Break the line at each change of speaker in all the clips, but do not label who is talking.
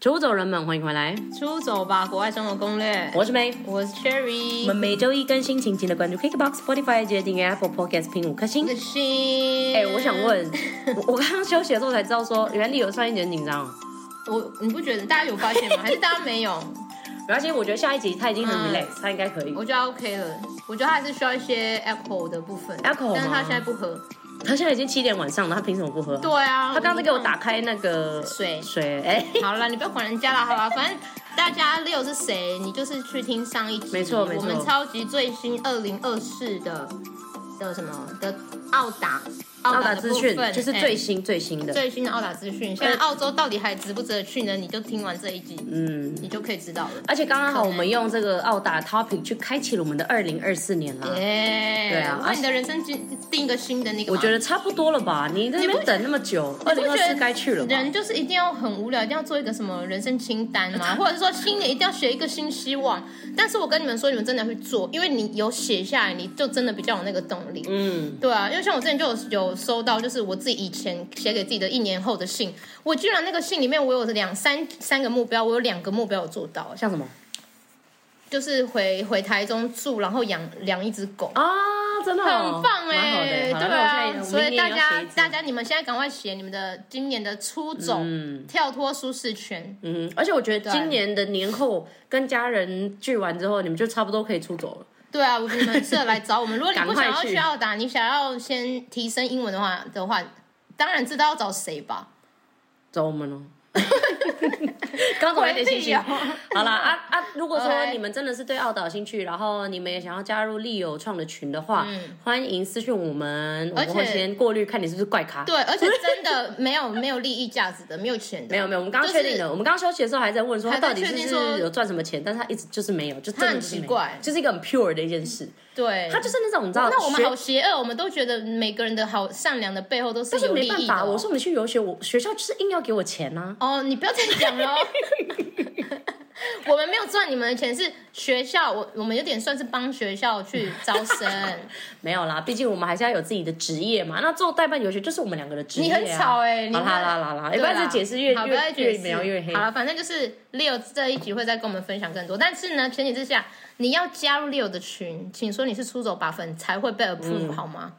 出走人们，欢迎回来，
出走吧，国外生活攻略。
我是梅。
我是
我们
Cherry，
每周一更新，请记得关注 KKBOX、Spotify，记得订阅 Apple Podcast，评五颗星
我。的心。
哎、我想，问，我我刚刚休息的时候才知道说，原来你有上一集很紧张。
我你不觉得大家有发现 吗？还是大家没有？
没关系，我觉得下一集他已经很
嗯
relax，、他应该可以。
我觉得 OK 了，我觉得他还是需要一些 alcohol 的部分
Alcohol 吗
但是他现在不喝。
他现在已经七点晚上了，他凭什么不喝？
对啊，
他刚才给我打开那个
水
水，哎、
好了，你不要管人家了，好吧？反正大家六是谁，你就是去听上一集，
没错没错
我们超级最新二零二四的的什么的奥达
澳
达
打
的
资
哦部
讯
分
就是
哎
最新、最新的，
最新的奥达资
呃
讯。现在澳洲到底还值不值得去呢？你就听完这一集，
嗯。
你就可以知道了。
而且刚刚好，
可
我
能
们用这个澳打 topic 去开启了我们的二零二四年啦。
耶，
对啊
那你的人生定定一个新的那个
我
嘛。
觉得差不多了吧？你在那
你
边
不
等那么久，二
你
零
不
二
觉
四
得
该去了吧？
人就是一定要很无聊，一定要做一个什么人生清单 嘛，或者是说新年一定要写一个新希望。但是我跟你们说，你们真的会做，因为你有写下来，你就真的比较有那个动力。
嗯，
对啊，因为像我之前就有有收到，就是我自己以前写给自己的一年后的信，我居然那个信里面我有两三三个目标，我有两个目标有做到，
像什么
就是回回台中住，然后养养一只狗。
啊？真的哦
很棒
蛮好
哎、
的好了那我现
对
在
啊，所以大
我
家
明年要写一支
大家你们现在赶快写你们的今年的出走，
嗯
跳脱舒适圈，
嗯，而且我觉得
对
今年的年后跟家人聚完之后，你们就差不多可以出走了。
对啊，我觉得你们很适合来找我们。如果你不想
赶
要
快去
去澳达，你想要先提升英文的话的话，当然知道要找谁吧。
找我们 哦。刚走有点信心。
回避
好啦，啊啊！如果说
OK
你们真的是对澳岛有兴趣，然后你们也想要加入利友创的群的话，欢迎私讯我们，我
嗯而
们
且
会先过滤看你是不是怪咖。
对，而且真 的没有没有利益价值的，没有钱的，
没有没有，我们刚刚确定
就
的，我们刚刚休息的时候还在问说他
还在
到底是不
确定说
是有赚什么钱，但是他一直就是没有，就真的
他很
就是没有
奇怪
就是一个很 pure 的一件事。
对，
他就是那种你知道，
那我们
学
好邪恶，我们都觉得每个人的好善良的背后都是
但是
有利
没办
益的
法，
哦。
我说我们去游学，我学校就是硬要给我钱啊呐、
哦，你不要再讲了哦。我们没有赚你们的钱，是学校，我我们有点算是帮学校去招生。
没有啦，毕竟我们还是要有自己的职业嘛。那做代办游学就是我们两个的职业、
你
啊。
很吵哎、你
好
们
啦啦啦啦，
对
也不要再解释越
好不要
越
再解
越
释
描越黑
好。了，反正就是 Leo 这一集会再跟我们分享更多，但是呢，前提之下你要加入 Leo 的群，请说你是出走八分才会被 approve、好
嗯
吗？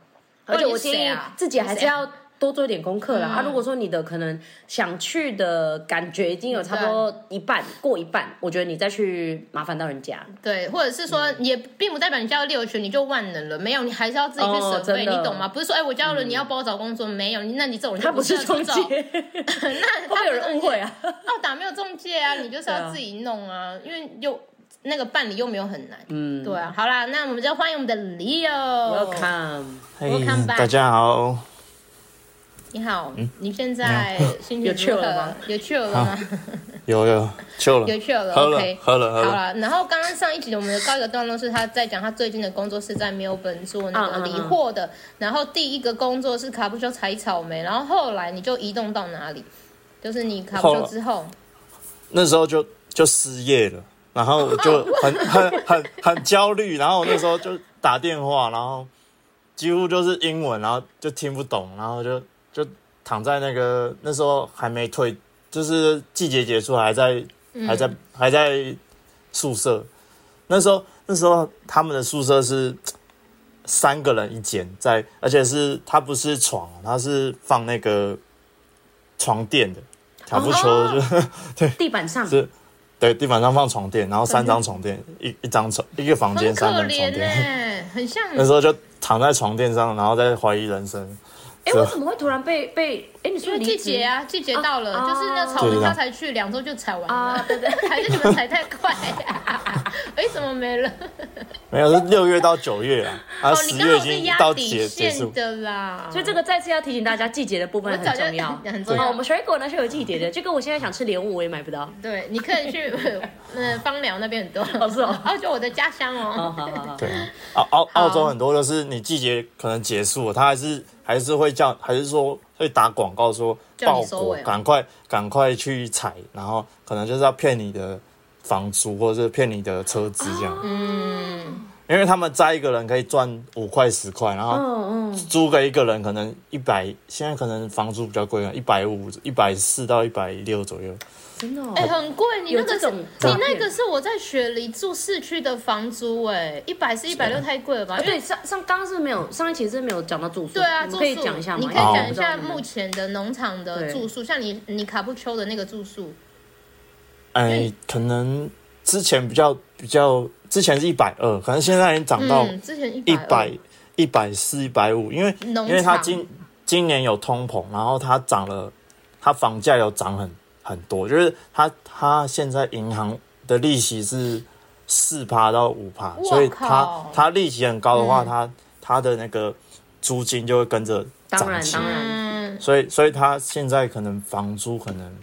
而且
不
我
然你
建
谁
议
啊
自己还是
你谁啊嗯
要多做一点功课啦。啊，如果说你的可能想去的感觉已经有差不多一半过一半，我觉得你再去麻烦到人家。
对，或者是说，也并不代表你加入六群你就万能了，没有，你还是要自己去
哦
准备，
真的
你懂吗？不是说，哎，我加入了，你要帮我找工作，没有，那你这种人就
他不是
适合
中
出
介，
走
会
那
不
他
会有人误会啊？
澳哦打没有中介啊，你就是
对
要
啊
自己弄啊，因为又那个办理又没有很难，嗯，对啊。好啦，那我们就欢迎我们的 Leo，
Welcome，
嘿
Welcome back
哎大家好，
你好，
嗯
你现在心情
有趣
如何
了吗？
有趣了吗？
有有救了，
有趣了
喝了
，OK，
喝了喝了
好了，然后刚刚上一集我们告一个段落是他在讲他最近的工作是在 Melbourne 做那
嗯嗯
个
嗯
理货的，然后第一个工作是卡布丘采草莓，然后后来你就移动到哪里？就是你卡布丘之后，
那时候就就失业了，然后我就很很很很焦虑，然后我那时候就打电话，然后几乎就是英文，然后就听不懂，然后就就躺在那个那时候还没退，就是季节结束还在还在还在宿舍，那时候那时候他们的宿舍是三个人一间，在而且是它不是床，它是放那个床垫的，卡布丘
哦
就。
地板上
是对，地板上放床垫，然后三张床垫，一一张床，一个房间
很可
三张床
怜欸呢、
垫。
很像
那时候就躺在床垫上，然后在怀疑人生。
哎，我怎么会突然被被？哎，你
因
说
为
离
季
职
节啊，季节到了，
啊
就是那草
对
莓
对
他才去两周就采完
啊
了，
对对
还是你们采太快呀、 为什么没 了？
没有，是六月到九月啊，然
哦
后，十
你
月
刚
已
好是
经
压
到
底
结结
线
束。
的啦，
所以这个再次要提醒大家，季节的部分
我
很
早就哎
重要， 哦
很重要
好我们水果呢是有季节的，就跟我现在想吃莲雾，我也买不到。
对，你可以去呃芳疗那边很多，
哦是哦
澳洲我的家乡
好
哦。
好好好，
对啊，澳澳澳洲很多就是你季节可能结束了，他还是还是会叫，还是说会打广告说
叫
爆
你收
果
尾，哦
赶快赶快去采，然后可能就是要骗你的房租或者是骗你的
哦
车资这样。嗯，因为他们摘一个人可以赚五块十块，然后
嗯嗯，
租给一个人可能一百，现在可能房租比较贵啊，一百五、一百四到一百六左右。
真的、哦，
哎、很贵，你那
有
个
这
是
种
你
照片
那个是我在雪梨住市区的房租、哎，一百是一百六太贵了吧？
啊
因为
对，上上刚刚是没有上一期是没有讲到住宿，
对啊，
你
住
们
宿
可以讲一下吗？
你可以
因为我不
讲一
哦
知道
下
你们
目前的农场的
对
住宿，像你你卡布丘的那个住宿，
哎，可能之前比较比较，之前是一百二，可能现在已经涨到
嗯，之前
一
一
百一百四、一百五，因为
农
因为它
场
今今年有通膨，然后它涨了，它房价有涨很很多，就是它它现在银行的利息是四趴到五趴，所以它
靠
它利息很高的话，
嗯
它它的那个租金就会跟着
当然
涨起
当，然
嗯，
所以所以它现在可能房租可能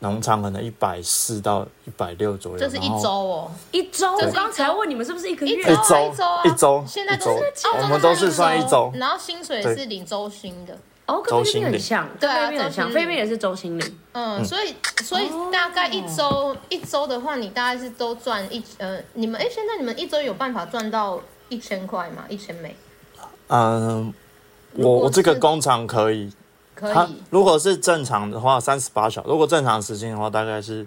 农场可能一百四到一百六左右，
这是一
然后
周哦，
一周，
这是
我
一
刚才
周
问你们是不是一个
一
月
周
一
啊？
啊
周
一周啊
一周
现在
一
都是哦
周
澳洲
我们都是算一周
然后薪水是领周薪的，
哦，跟
周
菲律
薪
宾很
领
像，
对
跟
啊
菲律宾很
周
像，
薪
菲律宾也是周薪领，
嗯，所以所以大概一周一周的话，你大概是都赚一呃，你们哎，现在你们一周有办法赚到一千块吗？一千美
嗯，我
果
我这个
是
工厂可以，
可
它
以，
如果是正常的话，三十八小时；如果正常时间的话，大概是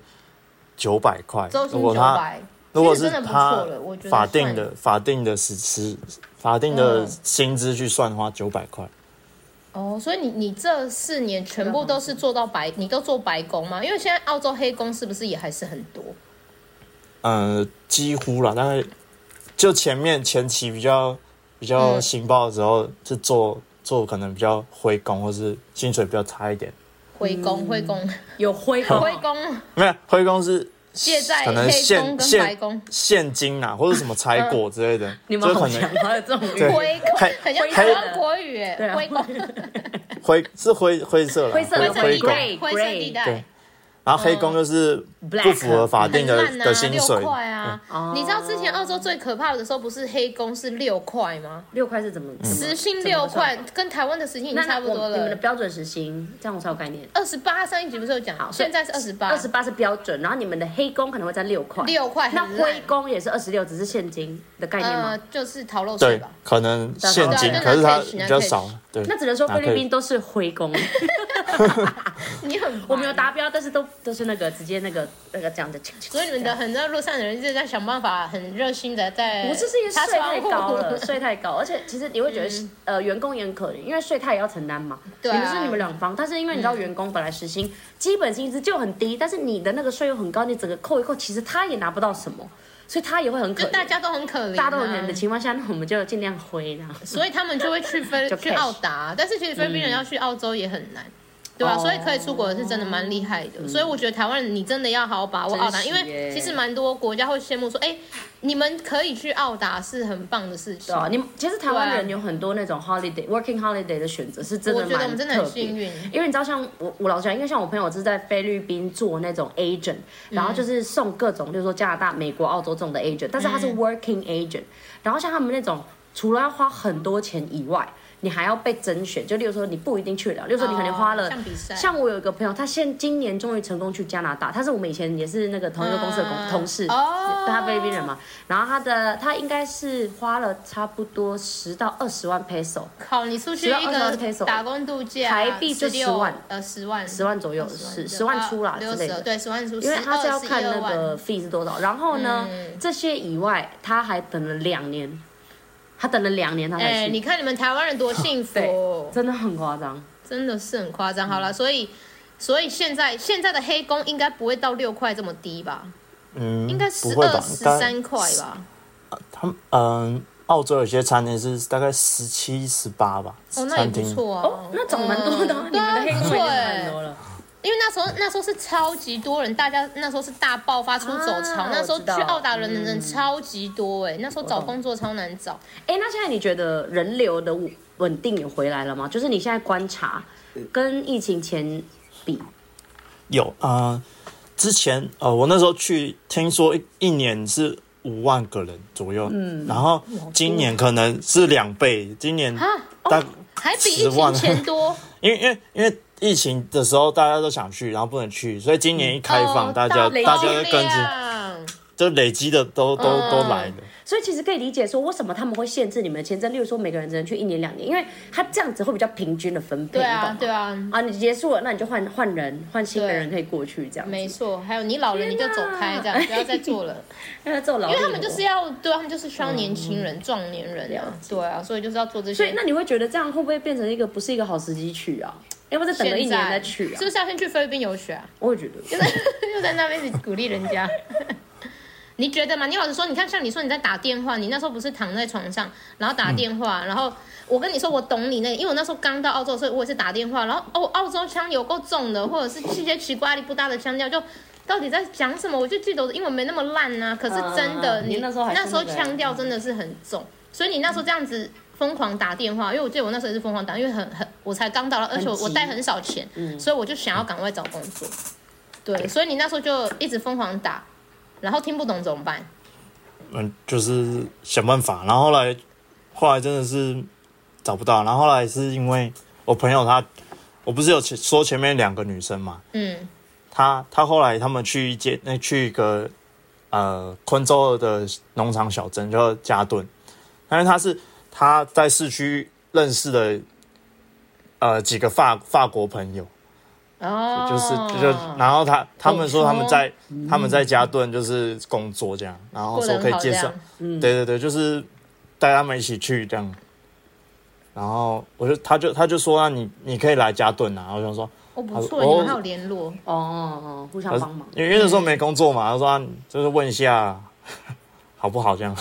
九百块。
周薪九
如果它
百，
如果
其
是
实真的不
它
错了，我觉得
法定
算
的法定的时时法定的
嗯
薪资去算的话，九百块。
哦，所以你你这四年全部都是做到白，你都做白工吗？因为现在澳洲黑工是不是也还是很多？
嗯，几乎啦，大概就前面前期比较比较
嗯
新报的时候，是做做可能比较回工，或是薪水比较差一点。
灰工，灰工，
有灰
哦
工，
灰工，
没有回工是
借在
可能
黑工
现
跟白
现
工，嗯
现金啊，或 者什么采果之类的，
你
就
们
可
好
能
强啊，这种
对
语
灰工
黑，
很像
黑
台湾国语
对
哎，
啊
灰工，
灰是灰灰色啦，
灰色的
灰
灰色地
工，
带，灰色地带
对。然后黑工就是不
Black
符合法定
哦很
的
烂啊，
的薪
六
水，嗯
块啊！你知道之前澳洲最可怕的时候不是黑工是六块吗？
六块是怎么？
嗯
时
时
薪六块，跟台湾的时薪已经
那
差不多
我你们的
了。
标准时薪，这样我才有概念。
二十八上一集不是有讲，
所以
现在是二十八，
二十八是标准，然后你们的黑工可能会在六块，
六块
那
很烂
灰工也是二十六，只是现金的概念
呃
吗？，
就是逃漏税
对
吧？，
可能现金，
对啊
可是它
就拿 cash，
比较少
拿 cash，
对，
那只能说菲律宾
拿 cash
都是灰工，
你很
我没有
答。
达标，但是都都是那个直接那个那个这样的。
所以你们的很多路上的人一直在想办法，很热心的在
我这是因为
擦
税
窗
太
户嗯
高了， 税太高，而且其实你会觉得、呃员工也很可怜，因为税他也要承担嘛。
对啊嗯
你们是你们两方，但是因为你知道员工本来时薪、基本薪资就很低，但是你的那个税又很高，你整个扣一扣，其实他也拿不到什么，所以他也会很可
就
怜。
大家都很可怜、啊，
大家都有人的情况下，那我们就尽量挥这样。
所以他们就会去 菲
就
去
cash
澳达，但是其实菲律宾人要去澳洲也很难。对啊，
哦
所以可以出国是真的蛮厉害的，所以我觉得台湾人你真的要好好把握澳达，
珍惜
因
耶
为其实蛮多国家会羡慕说，哎、你们可以去澳达是很棒的事情
对。啊，你们其实台湾
对啊
人有很多那种 holiday、working holiday 的选择，是真的
我觉得我
蛮
们真的
特
很
别。
幸运，
因为你知道，像我我老实讲，因为像我朋友是在菲律宾做那种 agent，然
嗯
后就是送各种，就是说加拿大、美国、澳洲这种的 agent，但是他是
嗯
working agent，、然后像他们那种，除了要花很多钱以外，你还要被甄选，就例如说你不一定去了，例如说你可能花了。
哦像比赛，
像我有一个朋友，他现今年终于成功去加拿大，他是我们以前也是那个同一个公司的同、
嗯
同事，
哦
他菲律宾人嘛。然后他的他应该是花了差不多十到二十万 peso，
靠你出去
十万
一
二十万 peso
个打工度假，
台币就
16
10万，
呃，十万，啊
十万左右，十十万出啦之
六
类
十
的。
对，十万出，
因为他是要看那
12
个
万嗯
fee 是多少。然后呢，这些以外，他还等了两年，他等了两年他
哎、
才去，
你哦看你们台湾人多 幸福，
真的很夸张。
真的是很夸
嗯
张。好了，所以所以现在现在的黑工应该不会到六块这么低吧？
嗯，
应该十
不会
二
吧？
十
大概
三块吧？
他们嗯，澳洲有些餐厅是大概十七、十八吧，
哦，那也
餐
不
厅。
错啊。
哦，那涨蛮多的啊，
嗯
你
对
们
啊，
的黑
不
数
错
也
哎
很多了。
因为那时候那时候是超级多人，大家那时候是大爆发出走潮，
啊
那时候
我知道嗯
去澳达人的人超级多哎、那时候找工作超难找。
哎，那现在你觉得人流的稳稳定有回来了吗？就是你现在观察，跟疫情前比，
有啊、呃之前呃，我那时候去听说一一年是五万个人左右，嗯，然后今年可能是两倍，今年
啊
大、
还比疫
10万
情前 多，哦
因为因为因为疫情的时候大家都想去，然后不能去，所以今年一开放，
哦
嗯大家
到
啊大家
爆
都跟着，
量
就累积的都都、都
嗯
来了，
所以其实可以理解说，为什么他们会限制你们的签证，例如说每个人只能去一年两年，因为他这样子会比较平均的分配，
对
你懂
啊
吗，
对啊，
啊，你结束了，那你就换换人，换新的
对
人可以过去这样子。
没错。还有你老了你就走开，这样不要再做了，
因为做劳力
因为他们
活
就是要对啊，他们就是需要年轻人、壮年人
嗯了
啊，对啊，所以就是要做这
所以
些。
那你会觉得这样会不会变成一个不是一个好时机去啊？要不再等个一
现在
年再去啊
是？不是要先去菲律宾游学啊？
我也觉得，
又在那边一直鼓励人家。 你觉得吗？你老实说，你看像你说你在打电话，你那时候不是躺在床上，然后打电话，
嗯
然后我跟你说我懂你那个，因为我那时候刚到澳洲的时候，我也是打电话，然后哦，澳洲腔有够重的，或者是一些奇怪里不搭的腔调，就到底在讲什么？我就记得我的英文没那么烂啊，可是真的、
嗯
你
你那时候还是
那时候
那个
腔调真的是很重，所以你那时候这样子疯狂打电话，因为我记得我那时候也是疯狂打，因为很很我才刚到了，而且我
很急
我带很少钱，
嗯
所以我就想要赶快找工作。对，所以你那时候就一直疯狂打，然后听不懂怎么办？
嗯，就是想办法。然后后来，后来真的是找不到。然后后来是因为我朋友他，我不是有前说前面两个女生嘛，
嗯，
她她后来他们去一间那去一个呃昆州的农场小镇叫加顿，但是她是她在市区认识的呃几个法法国朋友，
哦，
就是就然后他他们说
哦
他们在
嗯
他们在加顿就是工作这样，然后
过得
说可
很
以
好这
介绍
样，，
嗯
对对对，就是带他们一起去这样。然后我就他就他就说啊，你你可以来加顿啊，我想说，
哦不错，
哦
你们还有联络，
哦哦哦，互相
可是
帮忙。
因为那时候没工作嘛，他说、啊、就是问一下 好不好这样，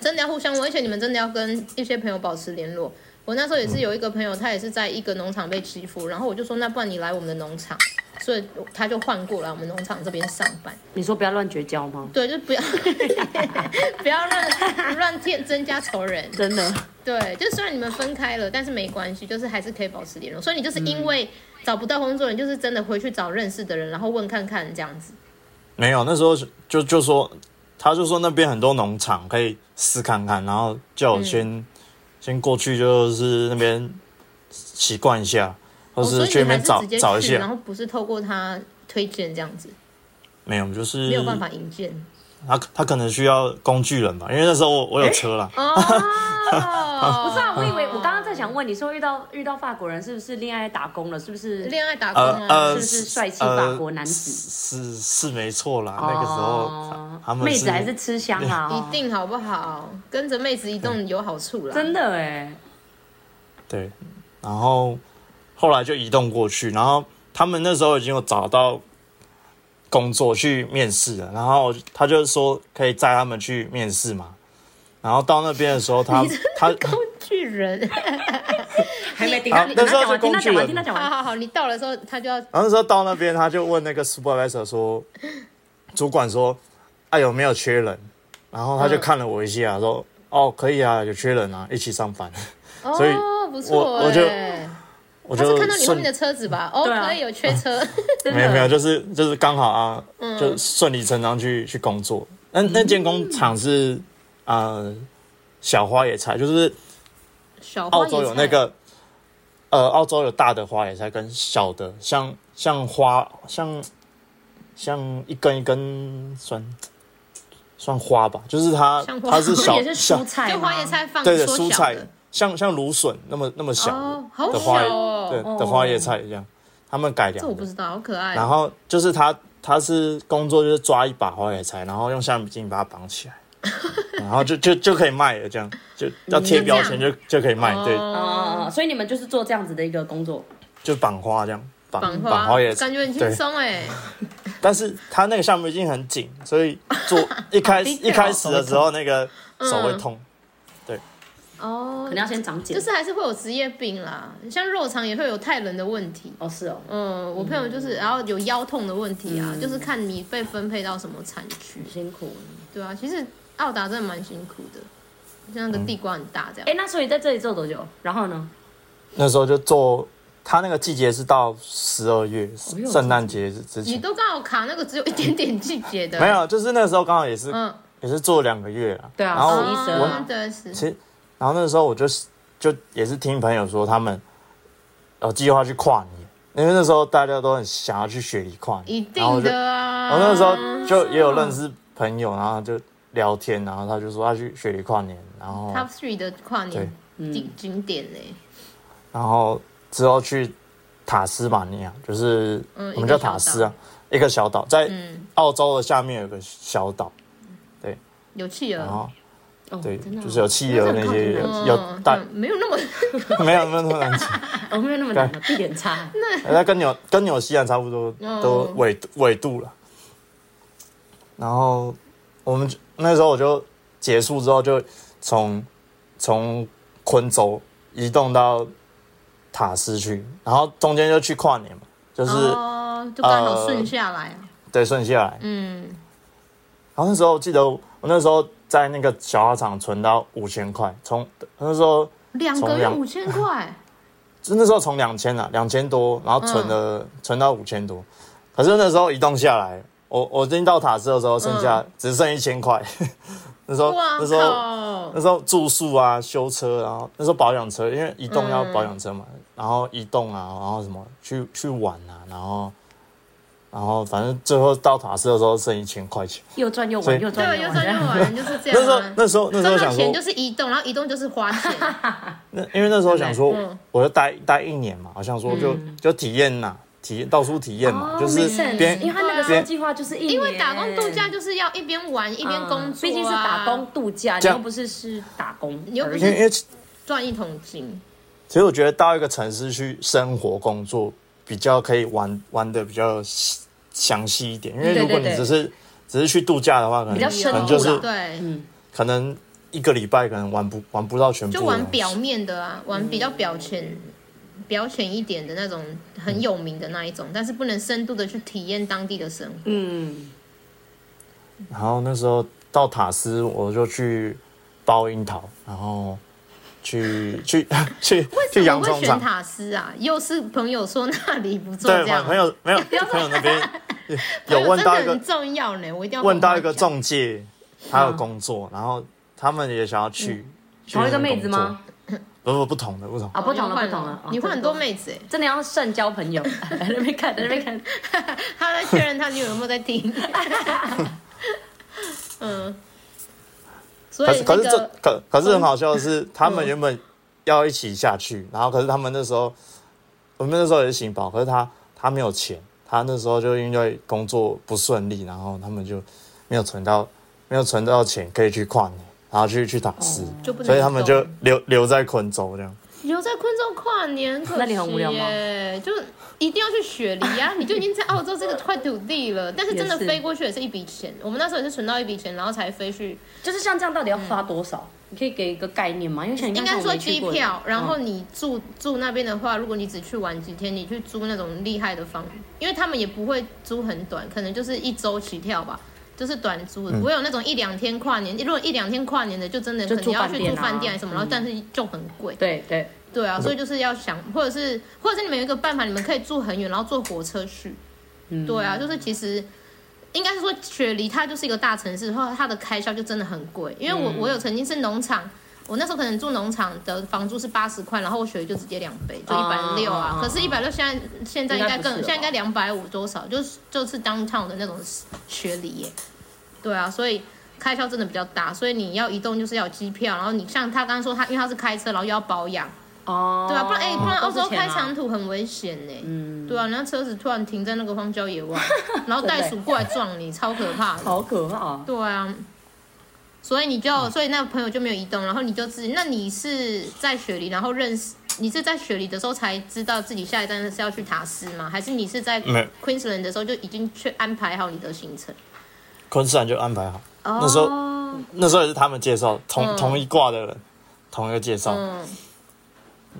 真的要互相问，而且你们真的要跟一些朋友保持联络。我那时候
嗯
也是有一个朋友，他也是在一个农场被欺负，然后我就说，那不然你来我们的农场，所以他就换过来我们农场这边上班。
你说不要乱绝交吗？
对，就不要 不要乱乱添增加仇人。
真的，
对，就虽然你们分开了，但是没关系，就是还是可以保持联络。所以你就是
嗯
因为找不到工作，你就是真的回去找认识的人，然后问看看这样子。
没有那时候就就说他就说那边很多农场可以试看看，然后叫我先、
嗯
先过去就是那边习惯一下，或
哦、所
是
以
去
你
那
还
边
是
找、
直接
找一
去，
下
然，后不是透过他推荐这样子，
没有，就是
没有办法引荐。
他他可能需要工具人吧，因为那时候我我有车啦，
哦，不
不是啊，我以为我刚刚在想问，你说遇到遇到法国人是不是恋爱打工了？是不是？
恋爱打工
呃
啊，
呃，
是不是帅气
呃
法国男子？
是是没错啦，那个时候
哦
他们
妹子还是吃香啊，哦
一定好不好？跟着妹子移动有好处啦。
真的哎，
对，然后后来就移动过去，然后他们那时候已经有找到工作去面试了，然后他就说可以载他们去面试嘛，然后到那边的时候，他他
工具 人，
还
啊
没听
好
他听他
那时候
讲完，听他讲
是工具
完，
人
听他讲
好
完。
好好，你到的时候他就要
然后那时候到那边，他就问那个 supervisor 说，主管说，啊有没有缺人？然后他
嗯
就看了我一下，说，哦可以啊，有缺人啊，一起上班。所以
哦，不错
我我就
哎
我
他
就是
看到你后
顺
面的车子吧？哦，
对啊
可以有缺车，
真
没有没有，
的，
就是就是刚好啊，
嗯
就顺理成章去去工作。那那间工厂是呃小花野菜，就是
小花
啊澳
野菜
洲有那个呃澳洲有大的花野菜跟小的，像像花像像一根一根算算花吧，就是它
像花
它是
这
小
也是
小
蔬菜吗，
就花椰菜放
对的
缩小
蔬菜，像像芦笋那么那么小的,、
哦，好小
的花对
哦，
的花野菜一样，他们改良
这我
的
不知道，好可爱
然
哦。
后就是他，他是工作就是抓一把花野菜，然后用橡皮筋把它绑起来，然后就就就可以卖了，这样就要贴标签就就可以卖，对，
哦，所以你们就是做这样子的一个工作，
就绑花这样，绑
绑
绑花野菜
感觉很，轻
对。
松哎，
但是他那个橡皮筋很紧，所以做一开始一开始的时候那个手会痛，
哦
可能，要先长茧
就。是还是会有职业病啦，像肉肠也会有太冷的问题。
哦，是哦，
嗯，我朋友就是，然后有腰痛的问题
嗯
啊，就是看你被分配到什么产区。
辛苦了。
对啊，其实澳达真的蛮辛苦的，像那个地瓜很大这样。
哎，那所以在这里做多久？然后呢？
那时候就做。他那个季节是到十二月，
呦
圣诞节之
你
前
都刚好卡那个只有一点点季节的，
没，有，就是那时候刚好也是
嗯，
也是做两个月啦。
对啊
然后
十一十二
我
啊
对是，
其实，然后那时候我就是就也是听朋友说，他们有计划去跨年，因为那时候大家都很想要去雪梨跨年，
一
然后我
定
就
的啊。
然后那时候就也有认识朋友，然后就聊天，然后他就说他去雪梨跨年，然后
Top Three 的跨
对
年
嗯
景景点呢、
然后之后去塔斯马尼亚，就是
嗯
我们叫塔斯啊，一个小岛，在
嗯，
澳洲的下面有个小岛，
有企
然
鹅，
后
哦，
对，
真的
啊
哦
就是有汽油那些，有
嗯，
有蛋，
没有那么嗯
没有没有那么难吃，
哦，没有那么难的，地点 差。
那跟纽跟纽西兰差不多，
嗯
都纬纬度了。然后我们就那时候我就结束之后，就从从昆州移动到塔斯去，然后中间就去跨年嘛，就是、
哦，就刚好
呃
顺下来。
对顺下来。
嗯，
然后那时候记得我那时候在那个小鸭场存到五千块，从那时候
两个
从
月
两
五千块，
就那时候从两千啊，两千多，然后存了、
嗯
存到五千多，可是那时候移动下来，我我进到塔斯的时候，剩下、只剩一千块。 那时候
嗯哇
那时候
靠！
那时候住宿啊，修车，然后那时候保养车，因为移动
嗯
要保养车嘛，然后移动啊，然后什么去去玩啊，然后然后反正最后到塔斯的时候剩一千块钱。
嗯
又赚又
所
玩，
以
又
对，啊
赚
又
玩
赚又玩，就是这
那
样
时候
啊。
那时候那时候
赚
想
到
说
钱，就是移动，然后移动就是 花钱。
那因为那时候想说
嗯，
我就待待一年嘛，好像说就就体验呐，体验到处体验嘛，
嗯哦
就
make
是
sense，
边啊
因为他那个时候计划就是一年，
因为打工度假就是要一边玩一
一
边工作，啊
毕竟是打工，度假，你
这
又
样
不是是打工而已，
你又不
因为
是
因为其
赚一桶金。
其实我觉得到一个城市去生活工作，比较可以玩玩的比较细详细一点。因为
嗯对
如果
对对
你只是只是去度假的话，可
比较
能
深
可
入
能就是
啦
对，
可能一个礼拜可能玩不玩不到全部的
就
东西，
玩表面的啊，玩比较
嗯
表浅、表浅一点的那种很有名的那一
嗯
种，但是不能深度的去体验当地的生活。
嗯，
然后那时候到塔斯，我就去包樱桃，然后去去 去去洋
我
葱
会选
厂。
塔斯啊，又是朋友说那里不错，
对，
这
我
样
朋友 没有朋友那边 有问到一
真的
个
很重要呢，我一定要
问到一个
跟他讲嗯
中介，他有工作，然后他们也想要去。去
同一个
那边
妹子
工作
吗？？
不不不同的不同的，
啊，不同了，
哦
不
你换
同
了
了，
你
哦
换很多。妹子哎，
真的要善交朋友， 在那边看，在那边看，
他在确认他女友有没有在听。 嗯，所
可
以
是可
那
是这
个嗯
可可是很好笑的是，他们原本要一起下去，然后可是他们那时候，我们那时候也是行保，可是他他没有钱，他那时候就因为工作不顺利，然后他们就没有存到没有存到钱可以去跨年，然后去去塔斯，
哦就不能
所以他们就
移动
留留在昆州这样。
留在昆州跨年，可惜
那你很无聊吗
耶就一定要去雪梨啊！你就已经在澳洲这个块土地 了，但是真的
也是
飞过去也是一笔钱。我们那时候也是存到一笔钱，然后才飞去。
就是像这样，到底要花多少？你可以给一个概念吗？因为像你刚
应该
刚
说
我没去
机
过的
票，然后
嗯
你住住那边的话，如果你只去玩几天，你去租那种厉害的房，因为他们也不会租很短，可能就是一周起跳吧，就是短租
嗯
的，不会有那种一两天跨年。如果一两天跨年的，就真的可
就
能要
住饭
去住
店啊
饭店还是什么，然后但是就很贵。
对对，
对啊，所以就是要想，或者是或者是你们有一个办法，你们可以住很远，然后坐火车去。
嗯
对啊，就是其实应该是说雪梨它就是一个大城市，然后它的开销就真的很贵。因为
嗯
我、我有曾经是农场，我那时候可能住农场的房租是八十块，然后我雪梨就直接两倍，就一百六啊。
啊
可是，一百六现在现在应该更，
应该不是哦
现在应该两百五多少？就是就是 downtown 的那种雪梨耶。对啊，所以。开销真的比较大，所以你要移动就是要有机票，然后你像他刚刚说他，因为他是开车，然后又要保养，
哦，
对啊，不然哎、不然澳洲开长
场，
途很危险呢、
嗯，
对啊，人家车子突然停在那个荒郊野外，然 后袋鼠过来撞你，超可怕的。
好可怕哦。
对啊，所以你
嗯
就，所以那个朋友就没有移动，然后你就自己，那你是在雪梨，然后认识，你是在雪梨的时候才知道自己下一站是要去塔斯吗？还是你是在
没
Queensland 的时候就已经去安排好你的行程？
昆士兰就安排好，
哦
那时候那时候也是他们介绍，同、
嗯
同一挂的人，同一个介绍，
嗯，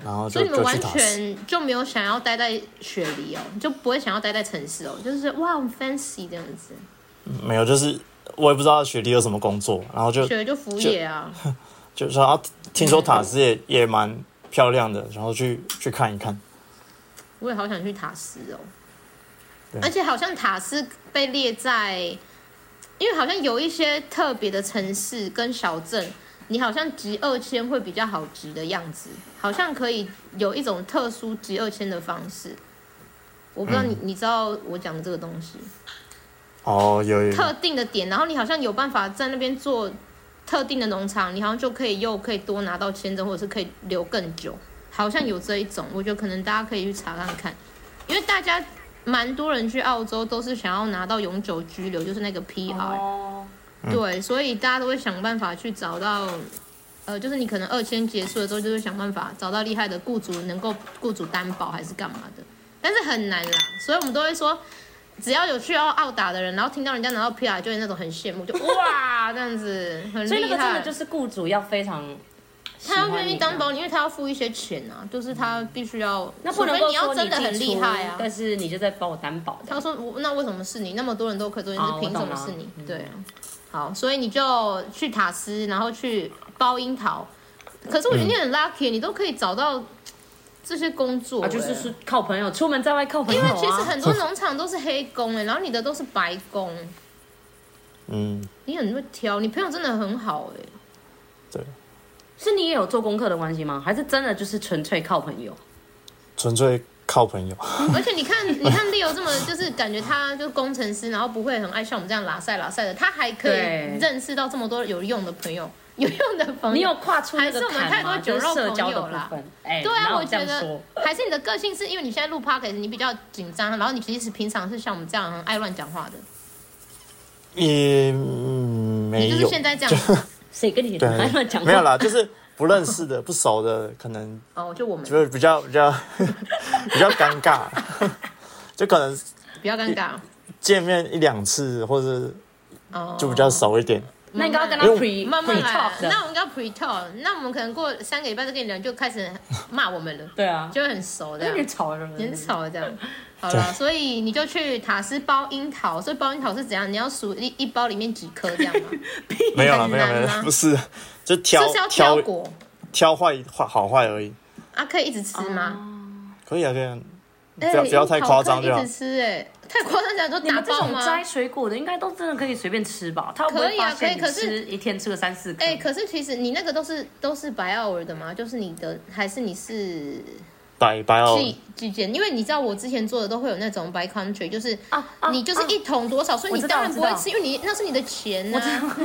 然后
所
就
以你们
就去
完
塔斯。
全就没有想要待在雪梨哦，就不会想要待在城市哦，就是哇很，fancy 这样子。
没有，就是我也不知道雪梨有什么工作，然后就
雪就服野啊，
就说啊，听说塔斯也 也蛮漂亮的，然后去去看一看。
我也好想去塔斯哦。
对
而且好像塔斯被列在，因为好像有一些特别的城市跟小镇，你好像集二签会比较好集的样子，好像可以有一种特殊集二签的方式。我不知道你、你知道我讲的这个东西，
哦，有有
特定的点，然后你好像有办法在那边做特定的农场，你好像就可以又可以多拿到签证，或者是可以留更久，好像有这一种，我觉得可能大家可以去查看看，因为大家蛮多人去澳洲都是想要拿到永久居留，就是那个 PR，、
哦，
对，所以大家都会想办法去找到。呃，就是你可能二签结束了之后，就是想办法找到厉害的雇主，能够雇主担保还是干嘛的，但是很难啦。所以我们都会说，只要有去澳澳打的人，然后听到人家拿到 PR，就会那种很羡慕，就哇这样子，很厉害。
所以那个真的就是雇主要非常喜欢
他
你
要愿意
这样
担保你，因为他要付一些钱啊，就是他必须要，
那不能
除非
够
你要
说
真的
寄
很厉
出
害啊。
但是你就在帮我担保这
他
样。
说我那为什么是你？那么多人都可以做，
哦
但是凭什
我
么
懂了
是你？
嗯
对啊，好，所以你就去塔斯，然后去包樱桃。可是我觉得你很 lucky，、你都可以找到这些工作、
啊，就是
欸
是靠朋友，出门在外靠朋友、
因
啊。
为其实很多农场都是黑工哎、欸然后你的都是白工，
嗯，
你很会挑，你朋友真的很好 哎、欸
是你也有做功课的关系吗？还是真的就是纯粹靠朋友？
纯粹靠朋友。
而且你看，你看 Leo 这么就是感觉他就是工程师，然后不会很爱像我们这样拉塞拉塞的，他还可以
对
认识到这么多有用的朋友，有用的朋友。
你有跨出那个坎吗？
哦还
就
是我们太多酒
是
肉
社交的
朋友啦
部分。哎、
对
哪
啊，
有
我
这
觉
样
得
说。
还是你的个性是因为你现在录 podcast，你比较紧张，然后你其实平常是像我们这样很爱乱讲话的，
也、嗯、没
你就是
有，
现在这样 子
谁跟你
对，
乱 讲话？
没有啦，就是不认识的、不熟的，可能
哦，就我们
就是比较比较 比较尴尬， 就可能
比较尴尬
见面一两次，或者
哦，
就比较少一点。
那你刚刚跟他
因为我
pre
慢慢
pre
来啊
talk，。
那
的
我们要 pre talk，那我们可能过三个礼拜再跟你聊，就开始骂我们了，
对啊，
就会很熟的
那。你吵什么？
很吵这样， 好了，所以你就去塔斯包樱桃，所以包樱桃是怎样？你要数一一包里面几颗这样吗？
没有啦，
很
没有没
难吗
有，不是，就挑
就是要挑
挑
果
挑坏坏好坏而已。
啊，可以一直吃吗？
哦
可以啊，可以啊，
哎
不要不要太夸张
樱
就
桃可
好
以一直吃哎、太夸张讲说
你
打
们这
包
种
吗？
摘水果的，应该都真的可以随便吃吧？他不
可
会
以啊
发现你
可以可是
吃一天吃个三四颗。
哎、可是其实你那个都是都是白奥尔的吗？就是你的还是你是
白白哦，
季季间？因为你知道我之前做的都会有那种 by country，就是
啊啊
你就是一桶多少，所以
我
你
知道
当然不会
我知
吃，因为你那是你的钱啊呐、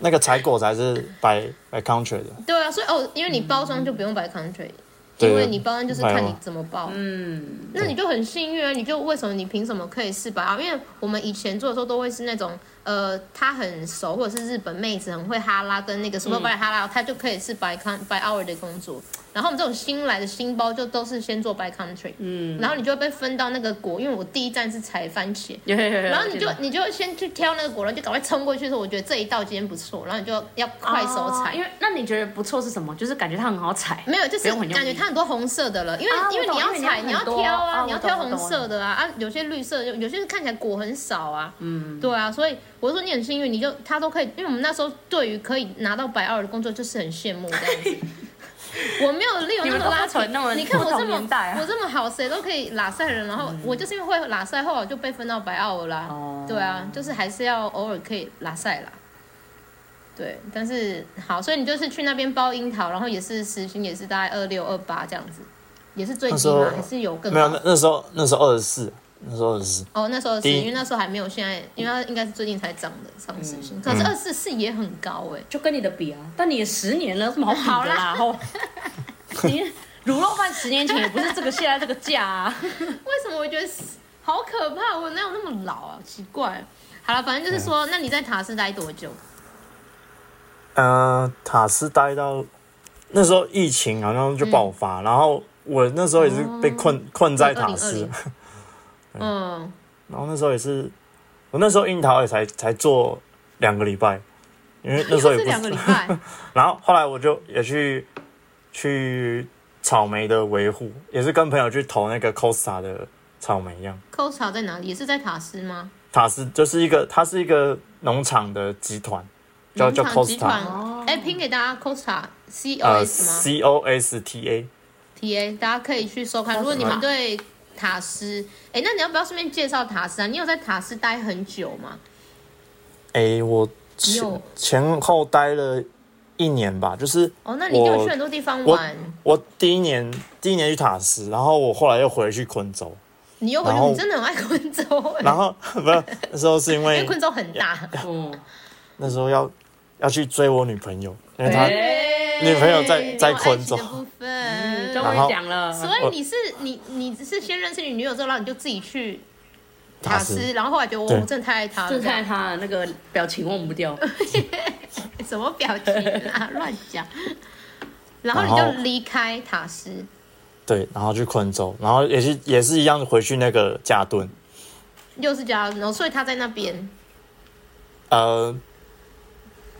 那个采果才是白白 country 的，
对啊，所以哦，因为你包装就不用 by country，、
对
因为你包装就是看你怎么包。
嗯，
那你就很幸运啊！你就为什么你凭什么可以是白袄？因为我们以前做的时候都会是那种，呃，他很熟或者是日本妹子很会哈拉，跟那个 super by 哈拉，他就可以是白 con 白 hour 的工作。然后我们这种新来的新包就都是先做 by country，嗯，然后你就会被分到那个果，因为我第一站是采番茄，
有有有有。
然后你
有
就你就先去挑那个果，然后就赶快冲过去说，我觉得这一道今天不错，然后你就要快手嗯采，
哦因为那你觉得不错是什么？就是感觉它很好采。
没有，就
不
是
用很用
感觉
力
它很多红色的了，因为、
啊我
因为你
懂
要
因为你要
采，你要
很多
挑啊，
啊
你要
我懂
挑
我
红
懂
色的啊啊，有些绿色，有有些看起来果很少啊，嗯，对啊，所以我说你很幸运，你就他都可以，因为我们那时候对于可以拿到白二的工作就是很羡慕这样子。 我没有利用
你们
那么
都不
拉扯
存那么
你看我
不同
这么、
年代啊嗯
我这么好，谁都可以拉塞人，然后我就是因为会拉塞，后来我就被分到白奥了啦。
哦
对啊，就是还是要偶尔可以拉塞啦。对，但是好，所以你就是去那边包樱桃，然后也是时薪也是大概二六二八这样子，也是最
那时
低
候
嘛，还是有更
没有
高
那？那时候那时候二十四，那时候二十四，
哦，那时候是
第一
因为那时候还没有现在，因为它应该是最近才涨的上时薪，
嗯
可是二四四也很高哎、
就跟你的比啊，但你也十年了，有什么好比的啦？
好
吼，你卤肉饭十年前也不是这个现在这个价啊。
为什么我觉得是好可怕？我哪有那么老啊？奇怪。好了，反正就是说，那你在塔斯待多久？
嗯、塔斯待到那时候疫情好像就爆
嗯
发，然后我那时候也是被困、
哦
困在塔斯，
嗯，
然后那时候也是我那时候樱桃也才才做两个礼拜，因为那时候
又 是
也不
两个礼拜，
然后后来我就也去去草莓的维护，也是跟朋友去投那个 Costa 的草莓一样。
Costa 在哪里？也是在塔斯吗？
塔斯就是一个，它是一个农场的集团， 叫叫
农场集
Costa，
团，哎，拼给大家 Costa C O
呃
S 吗
，C O S T A。
？T A，大家可以去收看。如果你们对塔斯，哎，那你要不要顺便介绍塔斯啊？你有在塔斯待很久吗？
哎，我
你
前
有
前后待了一年吧，就是
哦，那你一定有
我
去很多地方
我
玩。
我第一年第一年去塔斯，然后我后来又回去昆州，
你又回去，
然后
你真的很爱昆州、欸，
然后 不是那时候是因
因为
为
昆州很大。
嗯，
那时候要要去追我女朋友，因为她
哎
女朋友在在昆州
这种爱情的部
嗯
分，
终
然后
于讲了，
所以你是你你只是先认识你女友之后，然后你就自己去
塔斯
斯，然后后来觉得我
对
我真的太爱她了，
正在他的那个表情忘不掉，
这样 什么表情啊，乱讲。然后你
然
就
后
离开塔斯，
对，然后去昆州，然后也是也是一样回去那个加顿，
又是加，然后所以他在那边，
呃，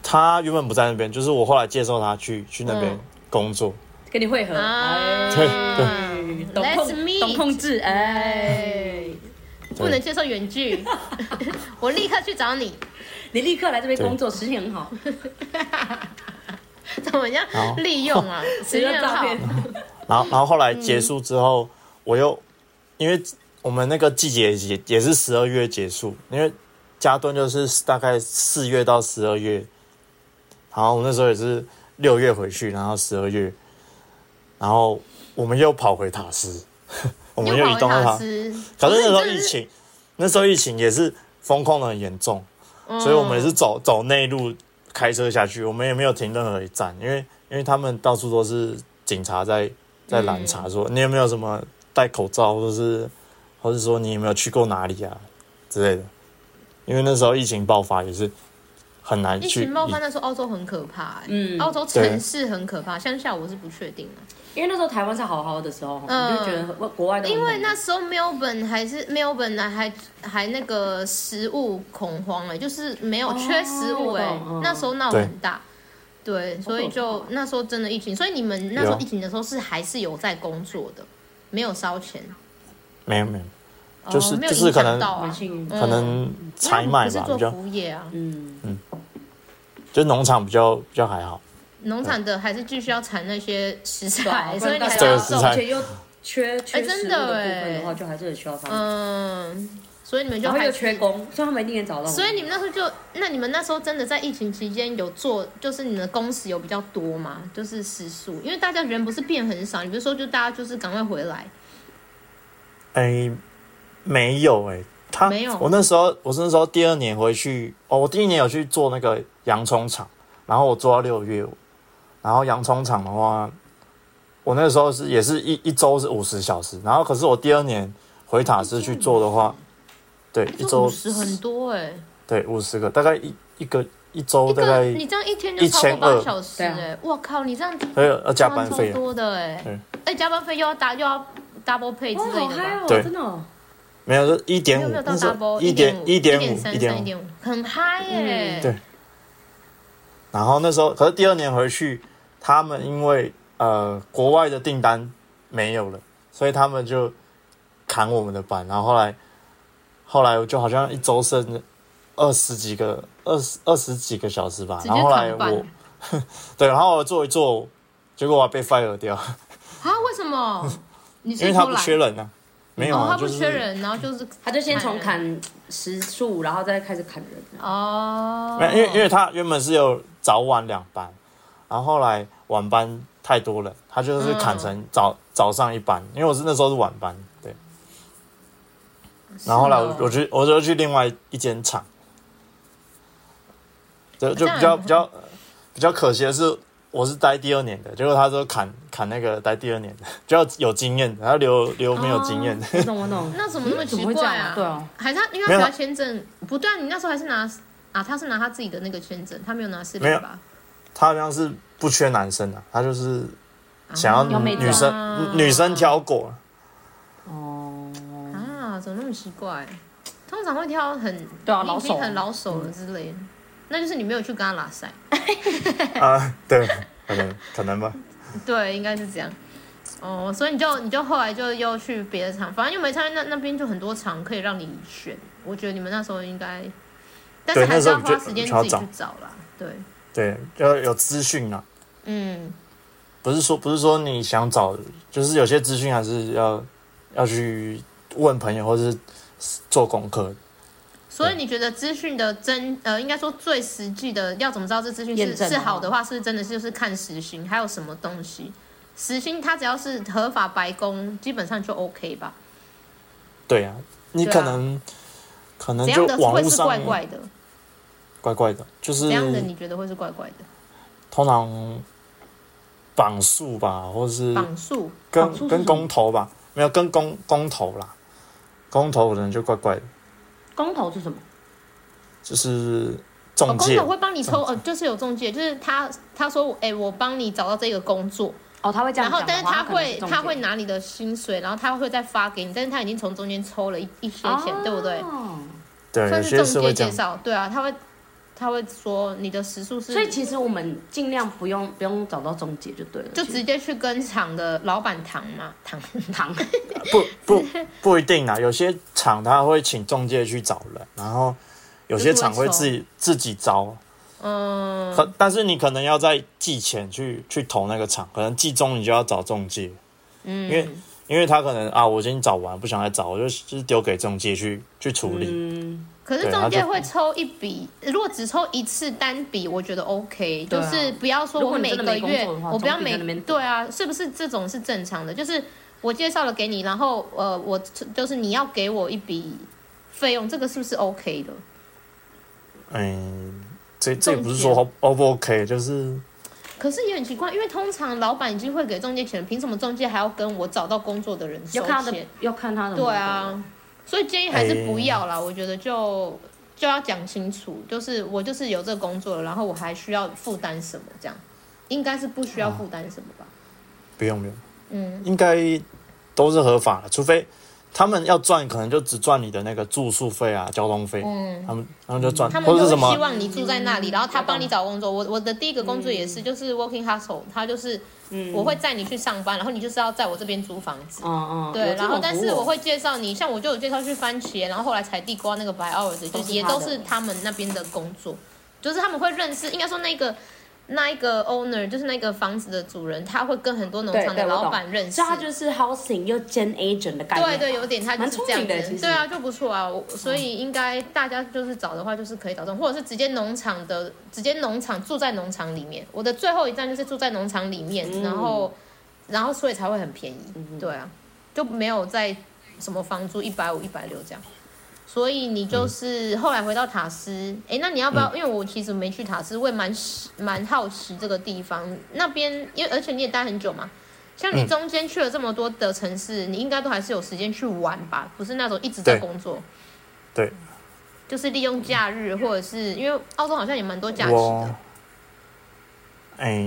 他原本不在那边，就是我后来介绍他去去那边
嗯
工作，
跟你会合，
啊
哎
对对
懂
Let's
控
meet
懂控制，哎，
不能接受远距，我立刻去找你，
你立刻来这边工作，实力很好，
怎么样
好
利用啊？实验
这张照
号，
片
然后然后后来
嗯
结束之后，我又因为我们那个季节也也是十二月结束，因为加顿就是大概四月到十二月，然后我那时候也是六月回去，然后十二月，然后我们又跑回塔斯， 我们
又
又
跑
移
回
动到
塔
塔，
斯，
可是那时候
可是你真的
疫
是
情，那时候疫情也是封控的很严重，
嗯
所以我们也是走走内陆开车下去，我们也没有停任何一站，因为因为他们到处都是警察在在拦查
嗯
说，你有没有什么戴口罩，或是或是说你有没有去过哪里啊之类的。因为那时候疫情爆发也是很难
疫
去
情爆发那时候澳洲很可怕、欸，
嗯
澳洲城市很可怕，乡下我是不确定的、
因为那时候台湾是好好的时候，
嗯
你就觉得国国外都很
因为那
猛
时候 Melbourne 还是 Melbourne 呢还还那个食物恐慌哎、就是没有
哦
缺食物哎、
我懂嗯
那时候闹很大。对，所以就那时候真的疫情，所以你们那时候
有
疫情的时候是还是有在工作的，没有烧钱，
没有没有，就是、
哦、没有
就是
影
可
响
能、
到啊
蛮，幸运的，
可能采
因为
买
我们不
吧比
是做
较
服，务业啊，
嗯，
就农场比较比较还好。
农场的还是继续要产那些食
对啊
材，
不
所以
然
你
大
还
家
是要
这个食
种
材
而且又缺缺食
真
物
的
的部分的
哎
话，就还是很需要他们，
嗯，所以你们就
然后
还
又缺工，所以他们一定也找到我们。
所以你们那时候就，那你们那时候真的在疫情期间有做，就是你们的工时有比较多嘛？就是时数，因为大家人不是变很少，你比如说就大家就是赶快回来，
哎、没有哎、他
没有
我那时候，我是那时候第二年回去哦，我第一年有去做那个洋葱厂，然后我做到六月，然后洋葱厂的话，我那时候是也是一一周是五十小时，然后可是我第二年回塔斯去做的话，对，一
就
周
五十很多哎、欸，
对五十个，大概一一个一周
一
大
个
概，
你这样一天就超过八
1200
小时
对
哎、
啊
我靠，你这样
还有呃要加
赚
班
超
费，
多的哎、欸
嗯，
哎、加班费又要打又要 double pay
哇，
之类
好
的
嗨
吧？
哦，
对
真的哦，
没有是一点
有
五
没有，到
那时候
double
一点
一
一
点
点
五、
五
三、
一
三
点五嗯
一，点五，很嗨耶、
对然后那时候，可是第二年回去，他们因为呃国外的订单没有了，所以他们就砍我们的班。然后后来，后来我就好像一周剩二十几个、二十二十几个小时吧。
直
然
接
后后来
躺板
我，对，然后我做一做，结果我还被 fire 掉，
啊？为什 么？你是
因为他
偷
不
懒
缺人啊，没有
哦，
啊，
他不
就是
缺人，然后就是
他就先从
砍人
砍时数，然后再开始砍人。
哦，
没有，因为因为他原本是有早晚两班，然后后来晚班太多了，他就是砍
嗯
成早、早上一班，因为我是那时候是晚班，对。然后后来
哦
我我去我就去另外一间厂，就
这
就
样很
比较比较比较可惜的是，我是待第二年的，结果他说砍砍那个待第二年的，就要有经验的，他留留没有经验的，
哦
我懂我懂。
那怎么那么
嗯怎
奇
么会这
怪
样啊对啊，
还是他因为
没
他
有
拿
啦
签证不对啊，你那时候还是拿啊，他是拿他自己的那个签证，他没有拿四
没有
零吧？
他好像是不缺男生啊，他就是想要
要妹子
女生、
啊
女生挑过、
哦，
啊，怎么那么奇怪？通常会挑很
对啊
你已
老
经
手啊
很老手了之类的，那就是你没有去跟他拉塞，
啊，对，可能可能吧。
嗯
对，应该是这样。哦，所以你就你就后来就又去别的厂，反正又没参与那那边就很多厂可以让你选。我觉得你们那时候应该，但是
对
还
那
是
时候
要
比
花
较
时间
比较
自己去
早
找啦。对，
对，要有资讯啊，
嗯，
不是说不是说你想找，就是有些资讯还是要要去问朋友或是做功课。
所以你觉得资讯的真呃，应该说最实际的，要怎么知道这资讯是
验证啊
是好的话，是不是真的是就是看时薪，还有什么东西？时薪它只要是合法白宫，基本上就 OK 吧。
对啊，你
对啊
可能、可能
怎
嗯就
样的
网
会
络
是
上
怪怪的？
怪怪的，就是
怎样的你觉得会是怪怪的？
通常绑束吧，或是
绑束
绑束
跟
是
跟
什么
公投吧，没有跟公公投啦，公投的人就怪怪的，
公投是什么？
就是
哦，
中
工
介，嗯
头会帮你抽，呃，就是有中介，就是他他说，哎、我帮你找到这个工作，
哦，他会这
然
样讲
后
的
但是
话
他
可能
会
中
他
介
会拿你的薪水，然后他会再发给你，但是他已经从中间抽了一一些钱，对不对？
哦
对，有
算
些
是
是
中
会
介
这
介
样，
绍，对啊，他会他会说你的时速是，
所以其实我们尽量不用不用找到中介就对了，
就
其实
直接去跟厂的老板谈嘛，谈
躺
不不不一定啦，啊有些厂他会请中介去找人，然后有些厂会自己自己招，
嗯，
可但是你可能要在寄前去去投那个厂，可能寄中你就要找中介，嗯，因为因为他可能啊我已经找完不想再找，我就就是丢给中介去去处理，
嗯，
可是
对
中
他
介
就
会抽一笔，如果只抽一次单笔，我觉得 OK，、
对
就
啊
是不要说
如
我
果你
每
真的
个
没工
月
作的话
我不要
总比在
每
那边等
对啊，是不是这种是正常的？就是我介绍了给你，然后呃，我就是你要给我一笔费用，这个是不是 OK 的？
嗯，这这也不是
中介
说 O 不 OK，就是
可是也很奇怪，因为通常老板已经会给中介钱了，凭什么中介还要跟我找到工作的人收
要看他的
钱？
要看他的
对啊，所以建议还是不
哎
要啦。我觉得就就要讲清楚，就是我就是有这个工作了，然后我还需要负担什么这样，应该是不需要负担什么吧？
嗯不用不用，
嗯，
应该都是合法的，除非他们要赚，可能就只赚你的那个住宿费啊、交通费，
嗯
他们他们就赚，
他们
或
就
者是什
会希
么
望你住在那里，然后他帮你找工作。我我的第一个工作也
嗯
是，就是 working hustle，他就是我会载你去上班，然后你就是要在我这边租房子。
嗯嗯，有
对，
这
然后
种
但
服
是
务
我会介绍你，像我就有介绍去番茄，然后后来采地瓜那个白 hours，
都
就是是也
他的
都是他们那边的工作，就是他们会认识，应该说那个那一个 owner 就是那个房子的主人，他会跟很多农
对
场
对
的
我
老
懂
板认识，
所以他就是 housing 又兼 agent 的概
对
念，
对，有点他就
蛮
是
聪
这样
明的其
子，
实嗯
对啊，就不错啊。我所以应该大家就是找的话，就是可以找这种，或者是直接农场的，直接农场住在农场里面。我的最后一站就是住在农场里面，
嗯
然后然后所以才会很便宜，对啊，就没有在什么房租一百五、一百六这样。所以你就是后来回到塔斯，哎，那你要不
嗯
要？因为我其实没去塔斯，我也蛮喜蛮好奇这个地方那边，因为而且你也待很久嘛，像你
嗯
中间去了这么多的城市，你应该都还是有时间去玩吧？不是那种一直在
对
工作，
对。
就是利用假日，或者是因为澳洲好像也蛮多假期
我
的，，
哎、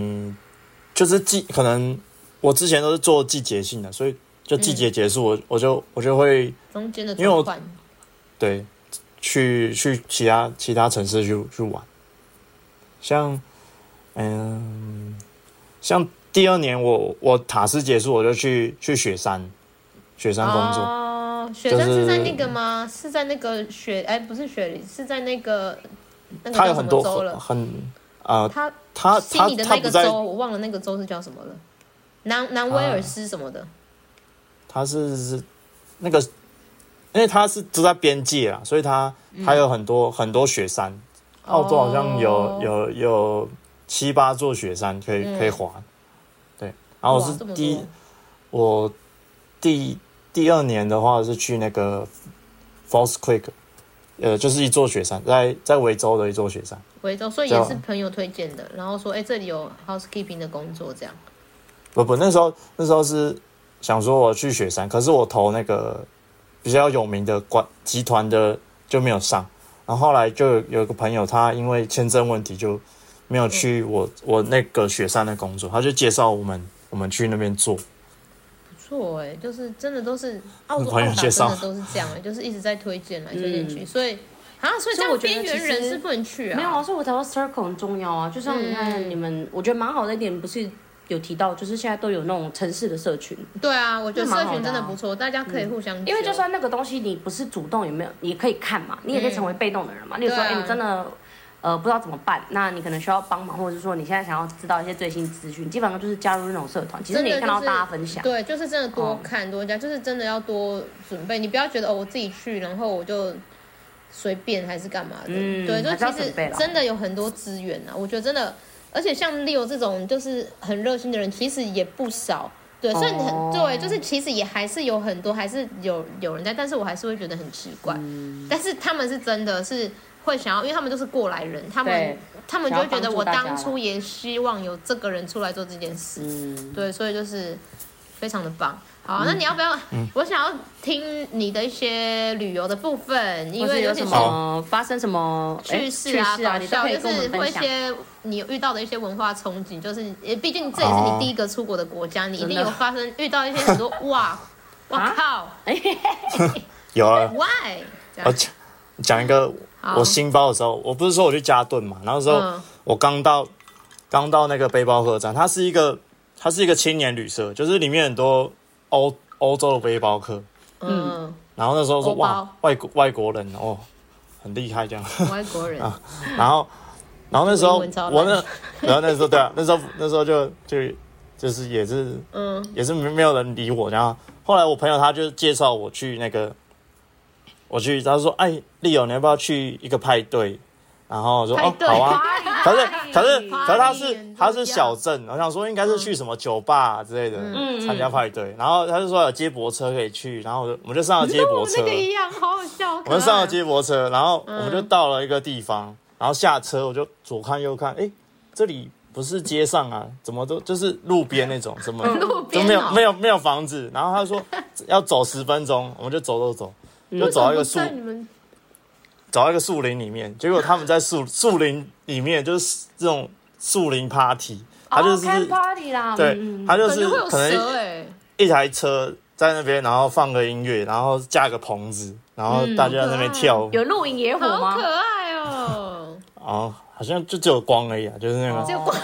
就是季可能我之前都是做季节性的，所以就季节结束，我我就我就会
中间的
因为我
转换。
对，去去其他其他城市去去玩，像嗯，像第二年我我塔斯结束我就去去雪山，雪山工作，
哦，雪
就
山是在
是
那个吗？是在那个雪？哎，不是雪梨，是在那个那个
它有
叫什
很
么
多
州
很
了？
很啊、
它
它
悉
它
尼的
它
那
不
个
在
州，，我忘了那个州是叫什么了，南南威尔斯什么的。
它是是那个，因为它是都在边界啊，所以它
嗯
它有很多、很多雪山，澳洲好像有、
哦
有有七八座雪山可以、
嗯
可以滑，对，然后我
哇
哦是
这么
第一
多
我第第二年的话是去那个 False Creek，呃，就是一座雪山，在在维州的一座雪山。
维州，所以也
叫
是朋友推荐的，然后说，哎、这里有 housekeeping 的工作，这样。
不不，那时候那时候是想说我去雪山，可是我投那个比较有名的管集团的就没有上，然后后来就有有个朋友他因为签证问题就没有去我、我那个雪山的工作，他就介绍我们我们去那边做，
不错哎、就是真的都是澳洲
朋友
澳打
介
真
绍
的都是这样哎、就是一直在推荐来推荐去，所以啊，所以这
嗯所以我
样
觉得
边缘
其
人
实
是不能去啊。
没有啊，所以我才说 circle 很重要啊。就像你
嗯
看你们，我觉得蛮好的一点，不是有提到，就是现在都有那种城市的社群，
对啊，我觉得
那蛮
社
好的啊嗯
群真的不错，大家可以互相交流、
因为就算那个东西你不是主动，也没有，你可以看嘛，你也可以成为被动的人嘛。例如说，
对啊
哎、你真的。呃，不知道怎么办，那你可能需要帮忙，或者是说你现在想要知道一些最新资讯，基本上就是加入那种社团，其实
真
你
的
也看到
就是
大家分享，
对，就是真的多
哦
看多加，就是真的要多准备。你不要觉得哦，我自己去，然后我就随便还是干嘛的。
嗯
对，就
还是要
其实
准备啦
真的有很多资源啊，我觉得真的，而且像 Leo 这种就是很热心的人，其实也不少。对，所以你很、
哦
对，就是其实也还是有很多，还是有有人在，但是我还是会觉得很奇怪。
嗯
但是他们是真的是会想要，因为他们都是过来人，他们
对
他们就会觉得
想要帮助
我
大家
当初也希望有这个人出来做这件事，
嗯，
对，所以就是非常的棒。好，那你要不要？
嗯
我想要听你的一些旅游的部分，因
或是
为尤
有
其
什
是
么发生什么哎
趣事啊、
趣事啊，
搞
你都
笑，
可以
就
跟我
是
们
会
分
一
享。
些你遇到的一些文化冲击，就是也毕竟这也是
哦
你第一个出国的国家，你一定
真的
有发生遇到一些 很多哇，我
啊
靠
有啊，
，why 这
哦
我
样
讲讲一个
好
我新包的时候，我不是说我去加顿嘛，然后那时候
嗯
我刚到刚到那个背包客栈，它是一个它是一个青年旅社，就是里面很多欧欧洲的背包客，
嗯，
然后那时候说
欧包
哇外国外国人哦很厉害这样，
嗯
外 国人
啊
然后然后那时候
英文超烂
我那然后那时候对啊，那时候那时候就就就是也是
嗯
也是没没有人理我，然后后来我朋友他就介绍我去那个，我去，他说：“哎，丽友，你要不要去一个派对？”然后我说：“
派
哦，
对
好啊。”可是可是可是他
花
是
莲
他
怎么
是
样
小镇，我想说应该
嗯
是去什么酒吧之类的
嗯
参加派对，然后他就说有接驳车可以去，然后我就我们就上了接驳车
那，个一样，好好笑，
我们上了
节
接驳车，然后我们就到了一个地方，然后下车我就左看右看，哎，这里不是街上啊，怎么都就是路边那种，怎么
嗯路
就
边哦
没有没
有，
有没有房子，然后他说要走十分钟，我们就走走走，就走到一个树
嗯为什么不在你们
走到一个树林里面，结果他们在树树林里面就是这种树林 party，他
哦
就是、
开哦 party 啦，
对
嗯，
他就
感
是
觉会有
可
蛇
能
哎，
一台车在那边，然后放个音乐，然后架个棚子，然后大家在那边跳舞，
有露营野火
嗯好
吗？
可爱哦，
哦，好像就只有光而已啊，就是那个。
哦
就光，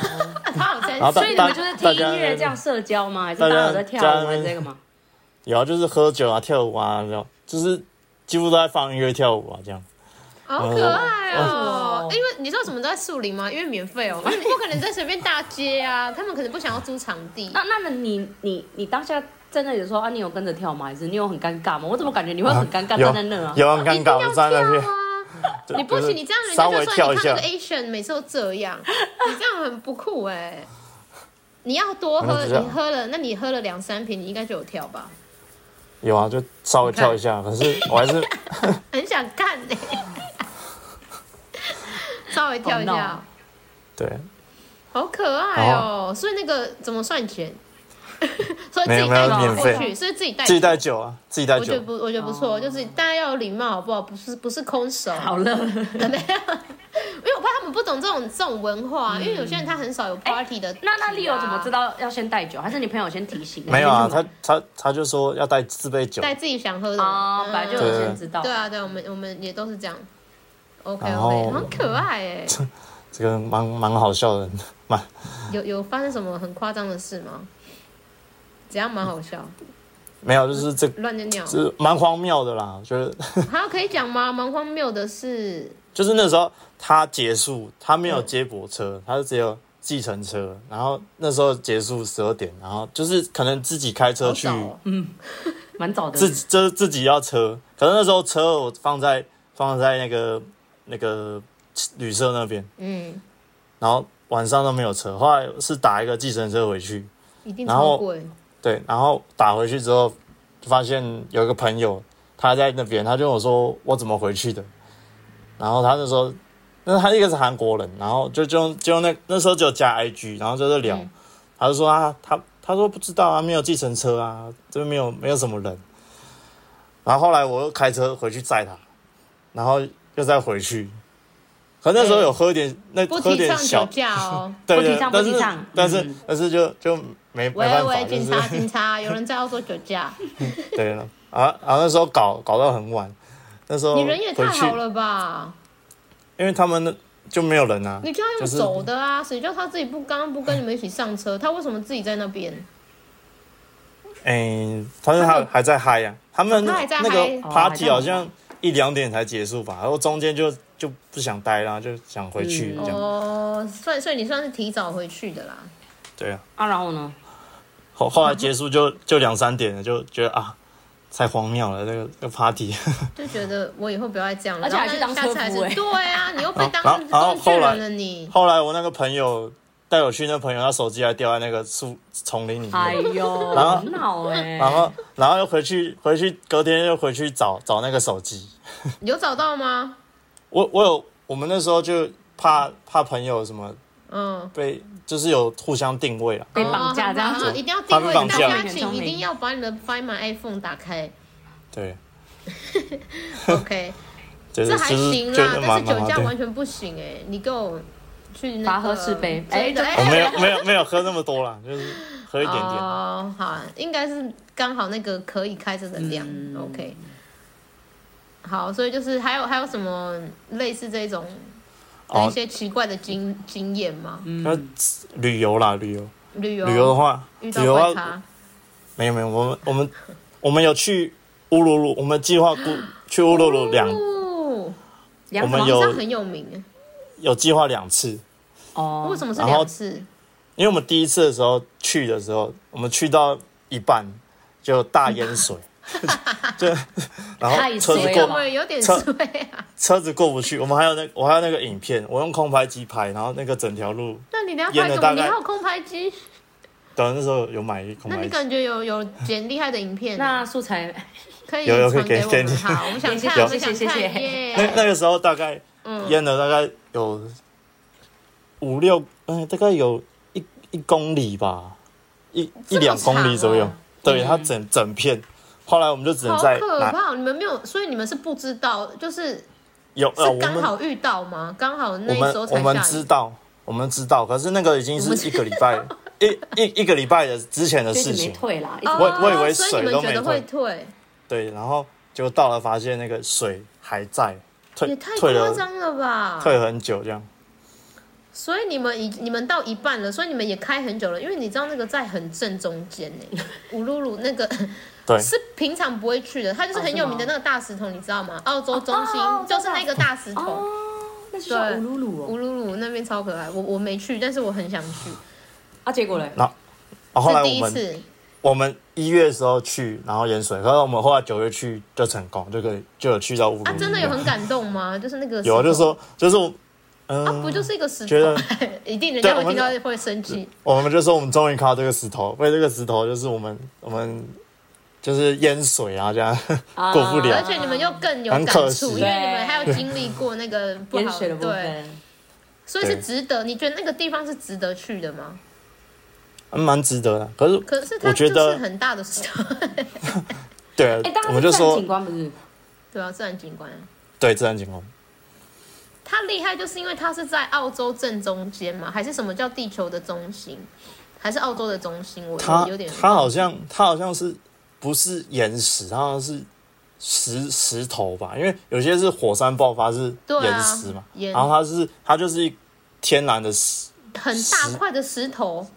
他好
然
像
后大
所以你们
大
就是听
大家
音乐这样社交吗？还是
大
大
家
家有在跳舞还是这个吗？
有啊，就是喝酒啊、跳舞啊，然后就是几乎都在放音乐跳舞啊，这样。
好可爱哦、
哦
因为你知道什么都在树林吗？因为免费哦、因为你不可能在随便大街啊，他们可能不想要租场地。
那那么你你你当下在那里的时候啊，你有跟着跳吗？还是你有很尴尬吗？我怎么感觉你会很尴尬
有
站在那啊？
有很
一
尴
定要
尬，
哦跳
我站在那边。
啊！
对
你不
就是
行，你这样人
稍微
家就说
跳一
你看那
下
个，Asian 每次都这样，你这样很不酷哎、你要多
我
喝，
嗯就知道
你喝了，那你喝了两三瓶，你应该就有跳吧？
有啊，就稍微跳一下，可是我还是
很想看哎、 稍微跳一
好
下
闹，
对，
哎好可爱哦、所以那个怎么算钱？ 所以自
没有
己
没
带
有
酒
免
过
费
去，所以自己带
自己
酒
带酒啊，自己带
我觉得
酒，
不，我觉得不错，就是大家要有礼貌，好不好？不是不是空手，
哦好了，
没有，因为我怕他们不懂这种这种文化，因为有些人他很少有 party 的、
嗯哎那那 Leo 怎么知
道？
道要先带酒？还是你朋友先提醒？
没有
还
啊，
是
他
你
他他就说要带自备酒，
带自己想喝的
啊，本
嗯
来就有先知道
对。啊，对，我们我们也都是这样。OK
然后
OK，很可爱 哎、
这个蛮蛮好笑的， 蛮
有有发生什么很夸张的事吗？怎样蛮好 笑，
没有，就是这
乱尿尿，
是蛮荒谬的啦，就是
还有可以讲吗？蛮荒谬的事，
就是那时候他结束，他没
嗯
有接驳车，他就只有计程车，然后那时候结束十二点，然后就是可能自己开车
好
去
少、，哦。
蛮早的。
自己这自己要车，可能那时候车我放在放在那个那个旅社那边，
嗯，
然后晚上都没有车，后来是打一个计程车回去，
一定
然
超
后
贵。
对，然后打回去之后，就发现有一个朋友他在那边，他就跟我说我怎么回去的，然后他就说，那他一个是韩国人，然后就就用就用那那时候只有加 IG，然后就在聊，
嗯
他就说啊他他说不知道啊，没有计程车啊，这边没有没有什么人，然后后来我又开车回去载他，然后又再回去，可那时候有喝点、那
不
喝
提
点
倡酒
小。
驾哦。
对
不提
对
倡
但
不提
是
倡
但是
嗯
但是就就没没
喂
办法，
喂，
就
警
是
察警察，有人在澳洲酒驾，
对了，啊啊，那时候搞搞到很晚，那时候
你人也太
回去
好，了吧？
因为他们那就没有人啊，
你叫他用
就是
走的啊，谁叫他自己不刚刚不跟你们一起上车？他为什么自己在那边？
哎、他说
他
他
们
还在嗨呀、他们
他还在嗨
那个
哦
party 好
还在
像一两点才结束吧，然后中间就就不想待啦，就想回去、
嗯
这样，
哦，算所以你算是提早回去的啦。
对啊，
啊，然后呢？
后后来结束就就两三点了，就觉得啊。太荒谬了，那个那个 party，
就觉得我以后不要再这样了，
而且还去
然后
当车
下次还
夫
是
欸
对啊，你又被
啊
当
然后
工具
后来
人了你，
后来我那个朋友带我去那朋友，他手机还掉在那个树丛林里
哎
面，
呦，
然后
很闹哎、
然后然后又回去回去隔天又回去找找那个手机。
有找到吗？
我我有我们那时候就怕怕朋友什么
嗯，
被，就是有互相定位啊。
被绑架这样
哦好好好
子，
一定要
他
定
被
位
绑
大
架
家，请一定要把你的 Find My iPhone 打 开。
对，
OK，
就是
这还
就是
行
就
啦，但
蛮
是酒
蛮好
驾
的
完全不行哎，你给我去那
罚
个
喝四杯哎
对
这
我没有没有没有喝那么多啦，就是喝一点点。
哦，好，应该是刚好那个可以开车的量、o
嗯
k 好，所以就是还有还有什么类似这种的一
哦，
些奇怪的经、经验吗？
那旅游啦，旅游
旅游
旅游的话，
遇
旅
到
游
怪
啊，
咖，
没有没有，我们我们我们有去乌鲁鲁，我们计划过去乌鲁鲁两啊
哦，
两
我们
种
有
这很有名
有计划两次，
哦，
哎，为什么是
然后
两次？
因为我们第一次的时候去的时候，我们去到一半就大淹 水，就然后
太
车子
水
我
了
过
吧
们有点衰
车
啊，
车子过不去，我们还有那我还有那个影片，我用空拍机拍，然后那个整条路，
那你等一下
演
拍什
了
么？
大
你
概
还有空拍机？
对，那时候有买空
那
拍
你
机，
感觉有有剪厉害的影片？
那素材
可以
有有
传
可以
给
给
我
给
们，
你
好，我们想
谢谢
看，我们
谢
想
谢
看
谢谢
那
耶。
那个时候大概
嗯
淹了大概有五六，嗯，大概有一一公里吧，一
这
一
么
两公里左右。
长哦
对，它整整片。后来我们就只能
好
在
可
拿
怕！你们没有，所以你们是不知道，就是
有呃，
是
我
刚
们
好遇到吗？刚好那
我
时
们
候才
我们
下
知
雨。
道，我们知道，可是那个已经
我们
是
知
一个礼拜， 一一一个礼拜的之前的
就一
事
直没
情。
退啦，一直
哦
没
我我以为
所以
水
你们
都
觉
没
得会退，
对，然后结果到了，发现那个水还在，退
也太
退
夸
了
张了吧？
退很久这样。
所以你们已你们到一半了，所以你们也开很久了，因为你知道那个在很正中间 呢，乌鲁鲁那个
对，
是平常不会去的，它就是
哦
很
是
有名
吗
的那个大石头，你知道吗？澳洲中心
哦哦
就
知
是
道
那个大石头，
哦，那就叫
对
乌鲁鲁
乌
哦。
鲁鲁那边超可爱，我我没去，但是我很想去，
啊，结果嘞，
然后然后后来
是
我
第一
们
次。
我们一月的时候去，然后盐水，可是我们后来九月去就成功，就可以就有去到乌鲁鲁。
啊，真的有很感动吗？就是那个
嗯有啊，
石头
就是说就是我嗯、
啊，不就是一个石
觉得
头， 一定人
对
家会
我们
听到会生气。
我们就说我们终于看到这个石头，为这个石头就是我们我们就是淹水啊这样
啊
过不
而
了。
且你们又更有
很
感
可惜
触，因为你们还有经历过那个不
淹
好
水的部
对，
分，
所以是
对
值得。你觉得那个地方是值得去的吗？
嗯蛮值得的，可是
可是它
我
就
觉
是
得
很大的石头，
对啊
哎，当，
我
然
们
是
就
自然
说
景观不是？
对啊，自然景观。
对自然景观，
它厉害就是因为它是在澳洲正中间嘛，还是什么叫地球的中心，还是澳洲的中心？我
它
我有点
它好像它好像是不是岩石，它好像是石石头吧，因为有些是火山爆发是
对啊
岩石嘛，
岩
然后它是它就是天然的石，
很大块的石头，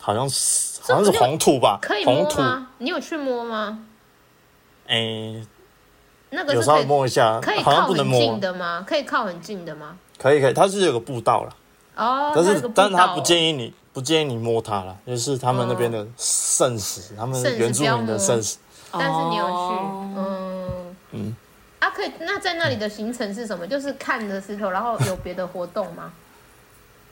好像是
这
好像是
没有
红土吧
可以，
红
摸
土，
吗？你有去摸吗？
哎、
那个
有
是
稍
可
微
以
摸一下，
可以
好像
靠
不能
很
摸
近，的吗？可以靠很近的吗？
可以可以，它是有个步道啦。
哦，它
但
有个
是
步
但是他
道
不
哦
建议你不建议你摸它了，就是他们那边的圣石，他们原住民的圣石，
但是你有去，
哦
嗯嗯。啊，可以。那在那里的行程是什么？就是看着石头，然后有别的活动吗？
嗯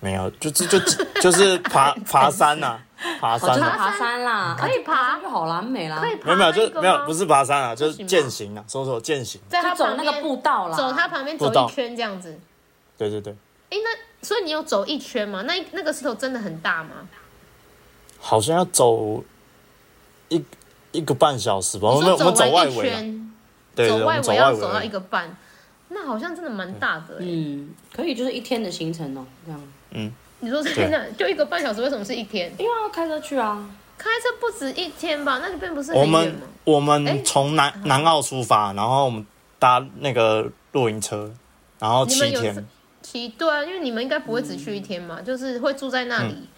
没有，就就就就是 爬爬山呐、爬
哦，
山、
就是
啊。
爬山啦，
可
哎
以爬
就好啦，美啦，
可以
没
爬
有没有，
那
就
个
没有
吗
不是爬山啊，就
行
是
吗
践行啊，说说践行。
在它
就走
旁
那
边
个步道啦，
走它旁边走
步道
一圈这样子。
对对对，
哎，那所以你有走一圈吗？那那个石头真的很大吗？
好像要走一一个半小时吧，我
你说
们哦我们走
完
外
一
围啊，
圈，
对对，
走
我们
围
走外
要
围啊
走到
而
一
已。
个半，那好像真的蛮大的欸。
嗯，可以，就是一天的行程哦，这样，
你说在
对
那就一个半小时，为什么是一天？
因为要开车去啊，
开车不止一天吧？那个并不是
我
很远
们
吗？
我
哎
们从南南澳出发，然后我们搭那个露营车，然后
你
七
们有
天
自。骑对啊，因为你们应该不会只去一天嘛，就是会住在那里，
嗯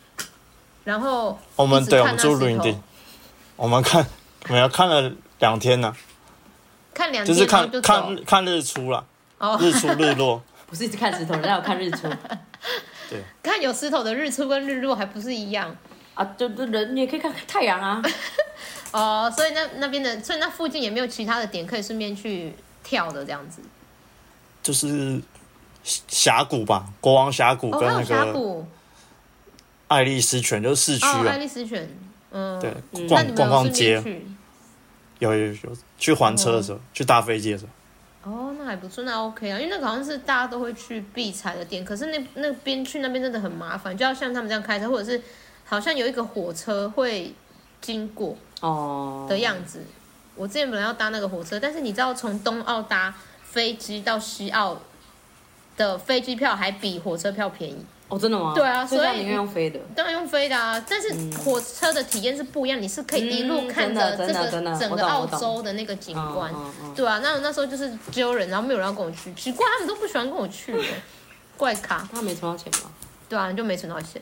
然后
我们
一直
对，我
看
们
那
住
石
露营地
头，
我们看，我们要看了两天 呢、
看两
就
天
是
然后
看
就走
看看日出啦，
哦，
日出日落，
不是一直看石头，人家有看日出
看有石头的日出跟日落还不是一样
啊，就就人你也可以看看太阳 啊，
哦，所以那那边的，所以那附近也没有其他的点可以顺便去跳的这样子。
就是峡峡谷吧，国王峡谷
哦，
跟
还
那
有峡
个
谷，
爱丽丝泉，就是市区
哦，爱
啊，
丽丝泉，嗯，
对，
那
逛
你们
逛
有
逛
顺便
街，
去？嗯
有有有，去还车的时候，去搭飞机的时候，
哦，那还不错，那 OK 啊，因为那个好像是大家都会去必踩的店，可是那那边去那边真的很麻烦，就要像他们这样开车，或者是好像有一个火车会经过
哦，
的样子。我之前本来要搭那个火车，但是你知道从东澳搭飞机到西澳的飞机票还比火车票便宜，
哦，真的吗？
对啊
所以
所以
他宁愿用飞的。
当然用飞的啊，但是火车的体验是不一样，你是可以一路
嗯
看
真的
着这
真的真
个
的
整
我
个
懂
澳
我懂
洲的那个景观。
嗯嗯
对啊，那我那时候就是只有人，然后没有人要跟我去，奇怪，他们都不喜欢跟我去、欸，怪咖，
他没存到钱吗？
对啊，就没存到钱。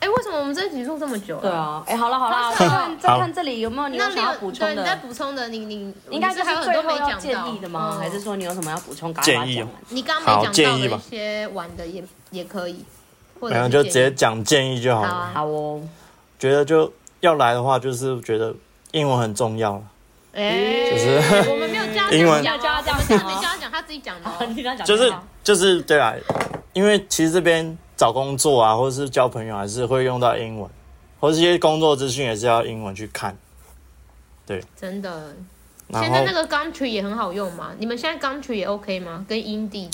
哎、为什么我们这一集录这么久、啊？
对，啊，哎，好了好了，
好
再看再看这里有没有你
那
有
你
想要
有
补
对
充
你
的？
在补充的，你你
应该
你是
就
还有
是
很
最
多
后
没
要
讲
建
到
议的吗？还是
嗯
说你有什么要补充？赶快把
建
它
议
讲
哦
完。
你刚刚
好
没讲到
建
的
议
一
吧
些玩的也也可以，或者
然后
是
就直
建议
接讲建议就好
好
了。
啊
好哦，
觉得就要来的话，就是觉得英文很重要了，
哎、
就是
我们没有教他
英文
讲
没
啊，
有教他
我
这样讲啊
们没教他讲，他自己讲的哦、
你这样讲
就是
好
就是对啊，因为其实这边找工作啊，或者是交朋友，还是会用到英文，或者一些工作资讯也是要英文去看。
真的。
然
现
后
在那个 Gumtree 也很好用嘛，你们现在 Gumtree 也 OK 吗？跟 Indie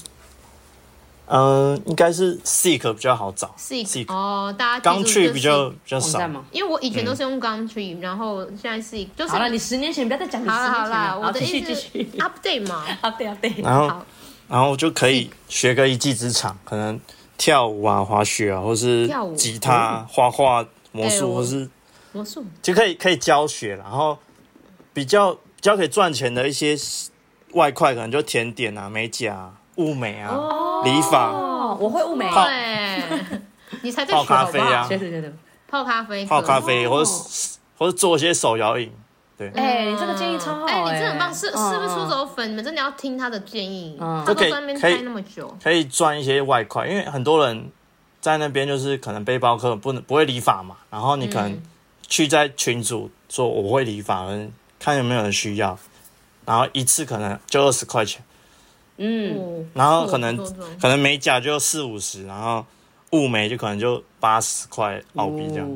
嗯、应该是 Seek 比较好找
Seek 哦，大家
刚
记住
去
就
比较
Seek
嗯比较
网
少
站。吗？
因为我以前都是用 Gumtree，、然后现在 Seek 就是
好了，你十年前不要再讲你十
好
年
了好
前
了，
了，
我的
继续
意
继
思
续。
update 嘛，
啊对啊对，
然后
好，
然后就可以学个一技之长，可能跳舞啊、滑雪啊，或是
跳舞
吉他、画画、魔
对
术，
我
或是
魔术
就可以可以教学，然后比较比较可以赚钱的一些外快，可能就甜点啊、美甲、啊、物美啊、理发、
哦，我会物美，
泡
对， 你才在
泡
学
咖
好不
啡
好？
啊
学、着学着。
泡咖啡课，
泡咖啡，或者
哦
或者做一些手摇饮。
哎，你这个建议超好，
嗯哎，你真的很棒，是是不是出
走？
走粉？你们真的要听他的建议，
嗯
他都
可以
在那边
可以
待那么久，
可以赚一些外快，因为很多人在那边就是可能背包客不能不会理发嘛，然后你可能去在群组说我会理发，看有没有人需要，然后一次可能就二十块钱，
嗯，
哦
然后可能
做做做
可能美甲就四五十，然后物美就可能就八十块澳币这样，
哦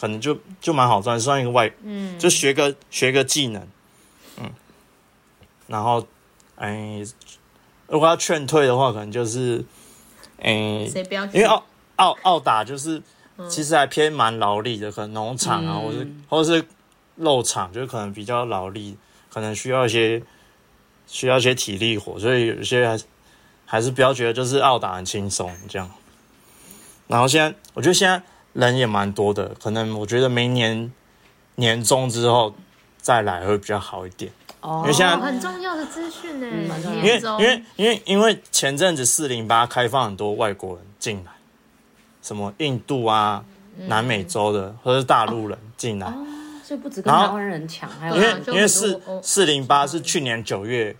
可能就就蛮好赚，算一个外，
嗯，
就学个学个技能，嗯，然后哎，如果要劝退的话，可能就是哎。
谁不要去？哦
因为澳澳澳打就是其实还偏蛮劳力的，可能农场啊，或是或是肉场，就是可能比较劳力，可能需要一些需要一些体力活，所以有些还是还是不要觉得就是澳打很轻松这样。然后现在我觉得现在人也蛮多的，可能我觉得明年年中之后再来会比较好一点，
哦
因为现在
哦很重要的资讯呢，
蛮重要的
嗯因为
年终
因为因为因为前阵子四零八开放很多外国人进来，什么印度啊、
嗯
南美洲的或是大陆人进来，
所以不止跟台湾人抢，还有
因为
对哦啊就
因为
很
四
多欧
四零八是去年九月，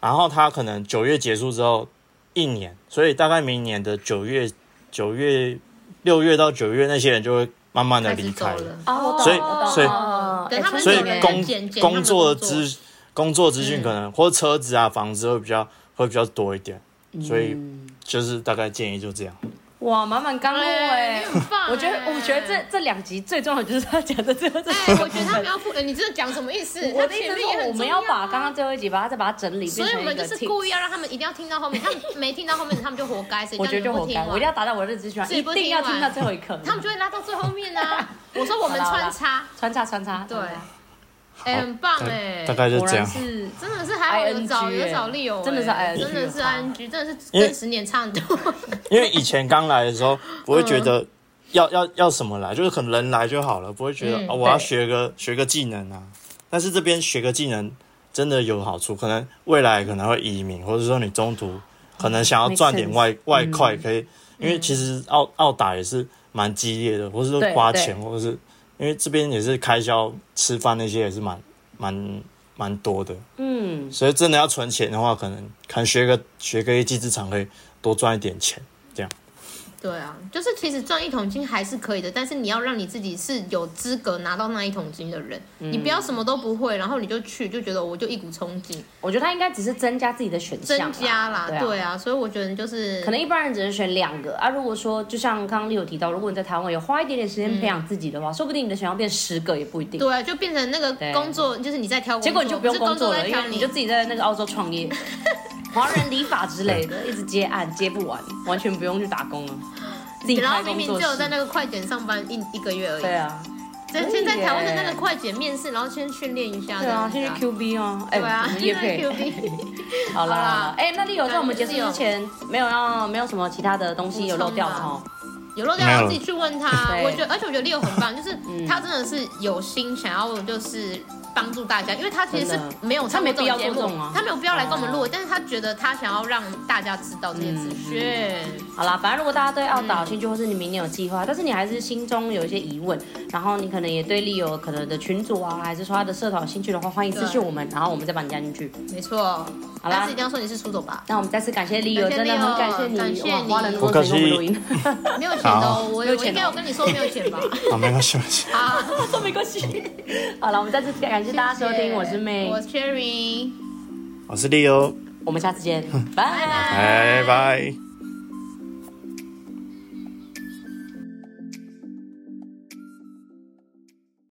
然后他可能九月结束之后一年，所以大概明年的九月九月六月到九月那些人就会慢慢的
开
离
始走
开
了。
啊，我懂
所以
我懂
所以
哦
对他们
所以
有人
工
捡捡他们嗯
工
的工作
作资工作资讯可能、或车子啊、房子会比较会比较多一点，所以
嗯
就是大概建议就这样。
哇，满满干货
哎
哎
你很棒！哎
我觉得，我觉得这这两集最重要的就是他讲的最后这。
哎，我觉得他们要付，哎你这讲什么意思？
我
他
的意
前
思
面也
是，
很
我
重
们
要啊
要把刚刚最后一集把它再把它整理，变
所以我
成
们
一
就
个
是
tip。
故意要让他们一定要听到后 面，他们没听到后面，他们就活该。谁叫
我
你
觉得
们
就
不
活
听
该，
完
我一定要达到我的认知圈，
己
一
不
定
听
要
完
听到最后一刻。
他们就会拉到最后面 啊。我说我们
好啦
穿插，
穿插穿插，
对
穿插，
哎，很棒
大
哎，
大概就
果
这
然
样。
是
真的是还好有找
ING
有找利友，
欸真的是
哎
ING
真的是 ING，真的是
因为
跟十年差 很多。
因为以前刚来的时候，不会觉
嗯
得要要要什么来，就是可能人来就好了，不会觉得啊、
嗯
我要
对
学个学个技能啊。但是这边学个技能真的有好处，可能未来可能会移民，或者说你中途可能想要
Makes
赚点
sense 嗯
外外快，可以，因为其实澳澳打也是蛮激烈的，或是说
对
花
对
钱，或者是因为这边也是开销吃饭那些也是蛮蛮蛮多的，
嗯，
所以真的要存钱的话，可能可能学个学个一技之长可以多赚一点钱。
对啊，就是其实赚一桶金还是可以的，但是你要让你自己是有资格拿到那一桶金的人，
嗯
你不要什么都不会，然后你就去就觉得我就一股冲劲，
我觉得他应该只是增加自己的选项
增
啦，
加啦，
对啊。
对啊，所以我觉得就是
可能一般人只是选两个啊。如果说，就像刚刚丽有提到，如果你在台湾有花一点点时间培养自己的话，说不定你的选项变十个也不一定。
嗯对啊，就变成那个
对
工作就是你在挑工作，
结果你就不用
是
工作
在
了，因
挑
为你就自己在那个澳洲创 业，华人理发之类的，一直接案接不完，完全不用去打工了，自己
然
开
后明
工
明
作
只有在
室。
那个快剪上班一一个月而已，
对啊，
但现在
可以耶
台湾的那个快剪面试，然后先训练一下，
对啊，
这
先
样
去
子
QB 啊，哎，
对啊
我，们业
现在
配
QB
好
好
啦
啦，
哎，那丽友在我们结束
感觉
之
是有
前，没有要没有什么其他的东西有漏掉的
补充
哈
吧。有漏掉
没有
要
了
自己去问他，
对
我觉得，而且我觉得 Leo 很棒，就是
嗯
他真的是有心想要就是帮助大家，因为他其实是
真的
没有
他没必要
做
做这种啊
他没有必要来跟我们录，但是他觉得他想要让大家知道这些
嗯
资讯，
好啦，反正如果大家对澳
嗯
岛有兴趣，或是你明年有计划，但是你还是心中有一些疑问，然后你可能也对丽友可能的群组啊，还是说他的社团有兴趣的话，欢迎私讯我们，然后我们再把你加进去。
没错。
好
但
啦
是一，定要说你是出走吧，
那我们再次感谢丽友，
感谢
真
Leo，
的很感谢
感
你，
谢
哇，
你
花了那么多时间跟我们录音，
没有钱的
好
哦，我
没有
我
钱
应该
哦
有跟你说没 有钱吧？
啊，没关系，没关系。
啊，
都 没关系。好了，我们再次感谢大家收听，我是妹
我，是 Cherry，
我是 Leo，
我们下次见，拜。
拜拜。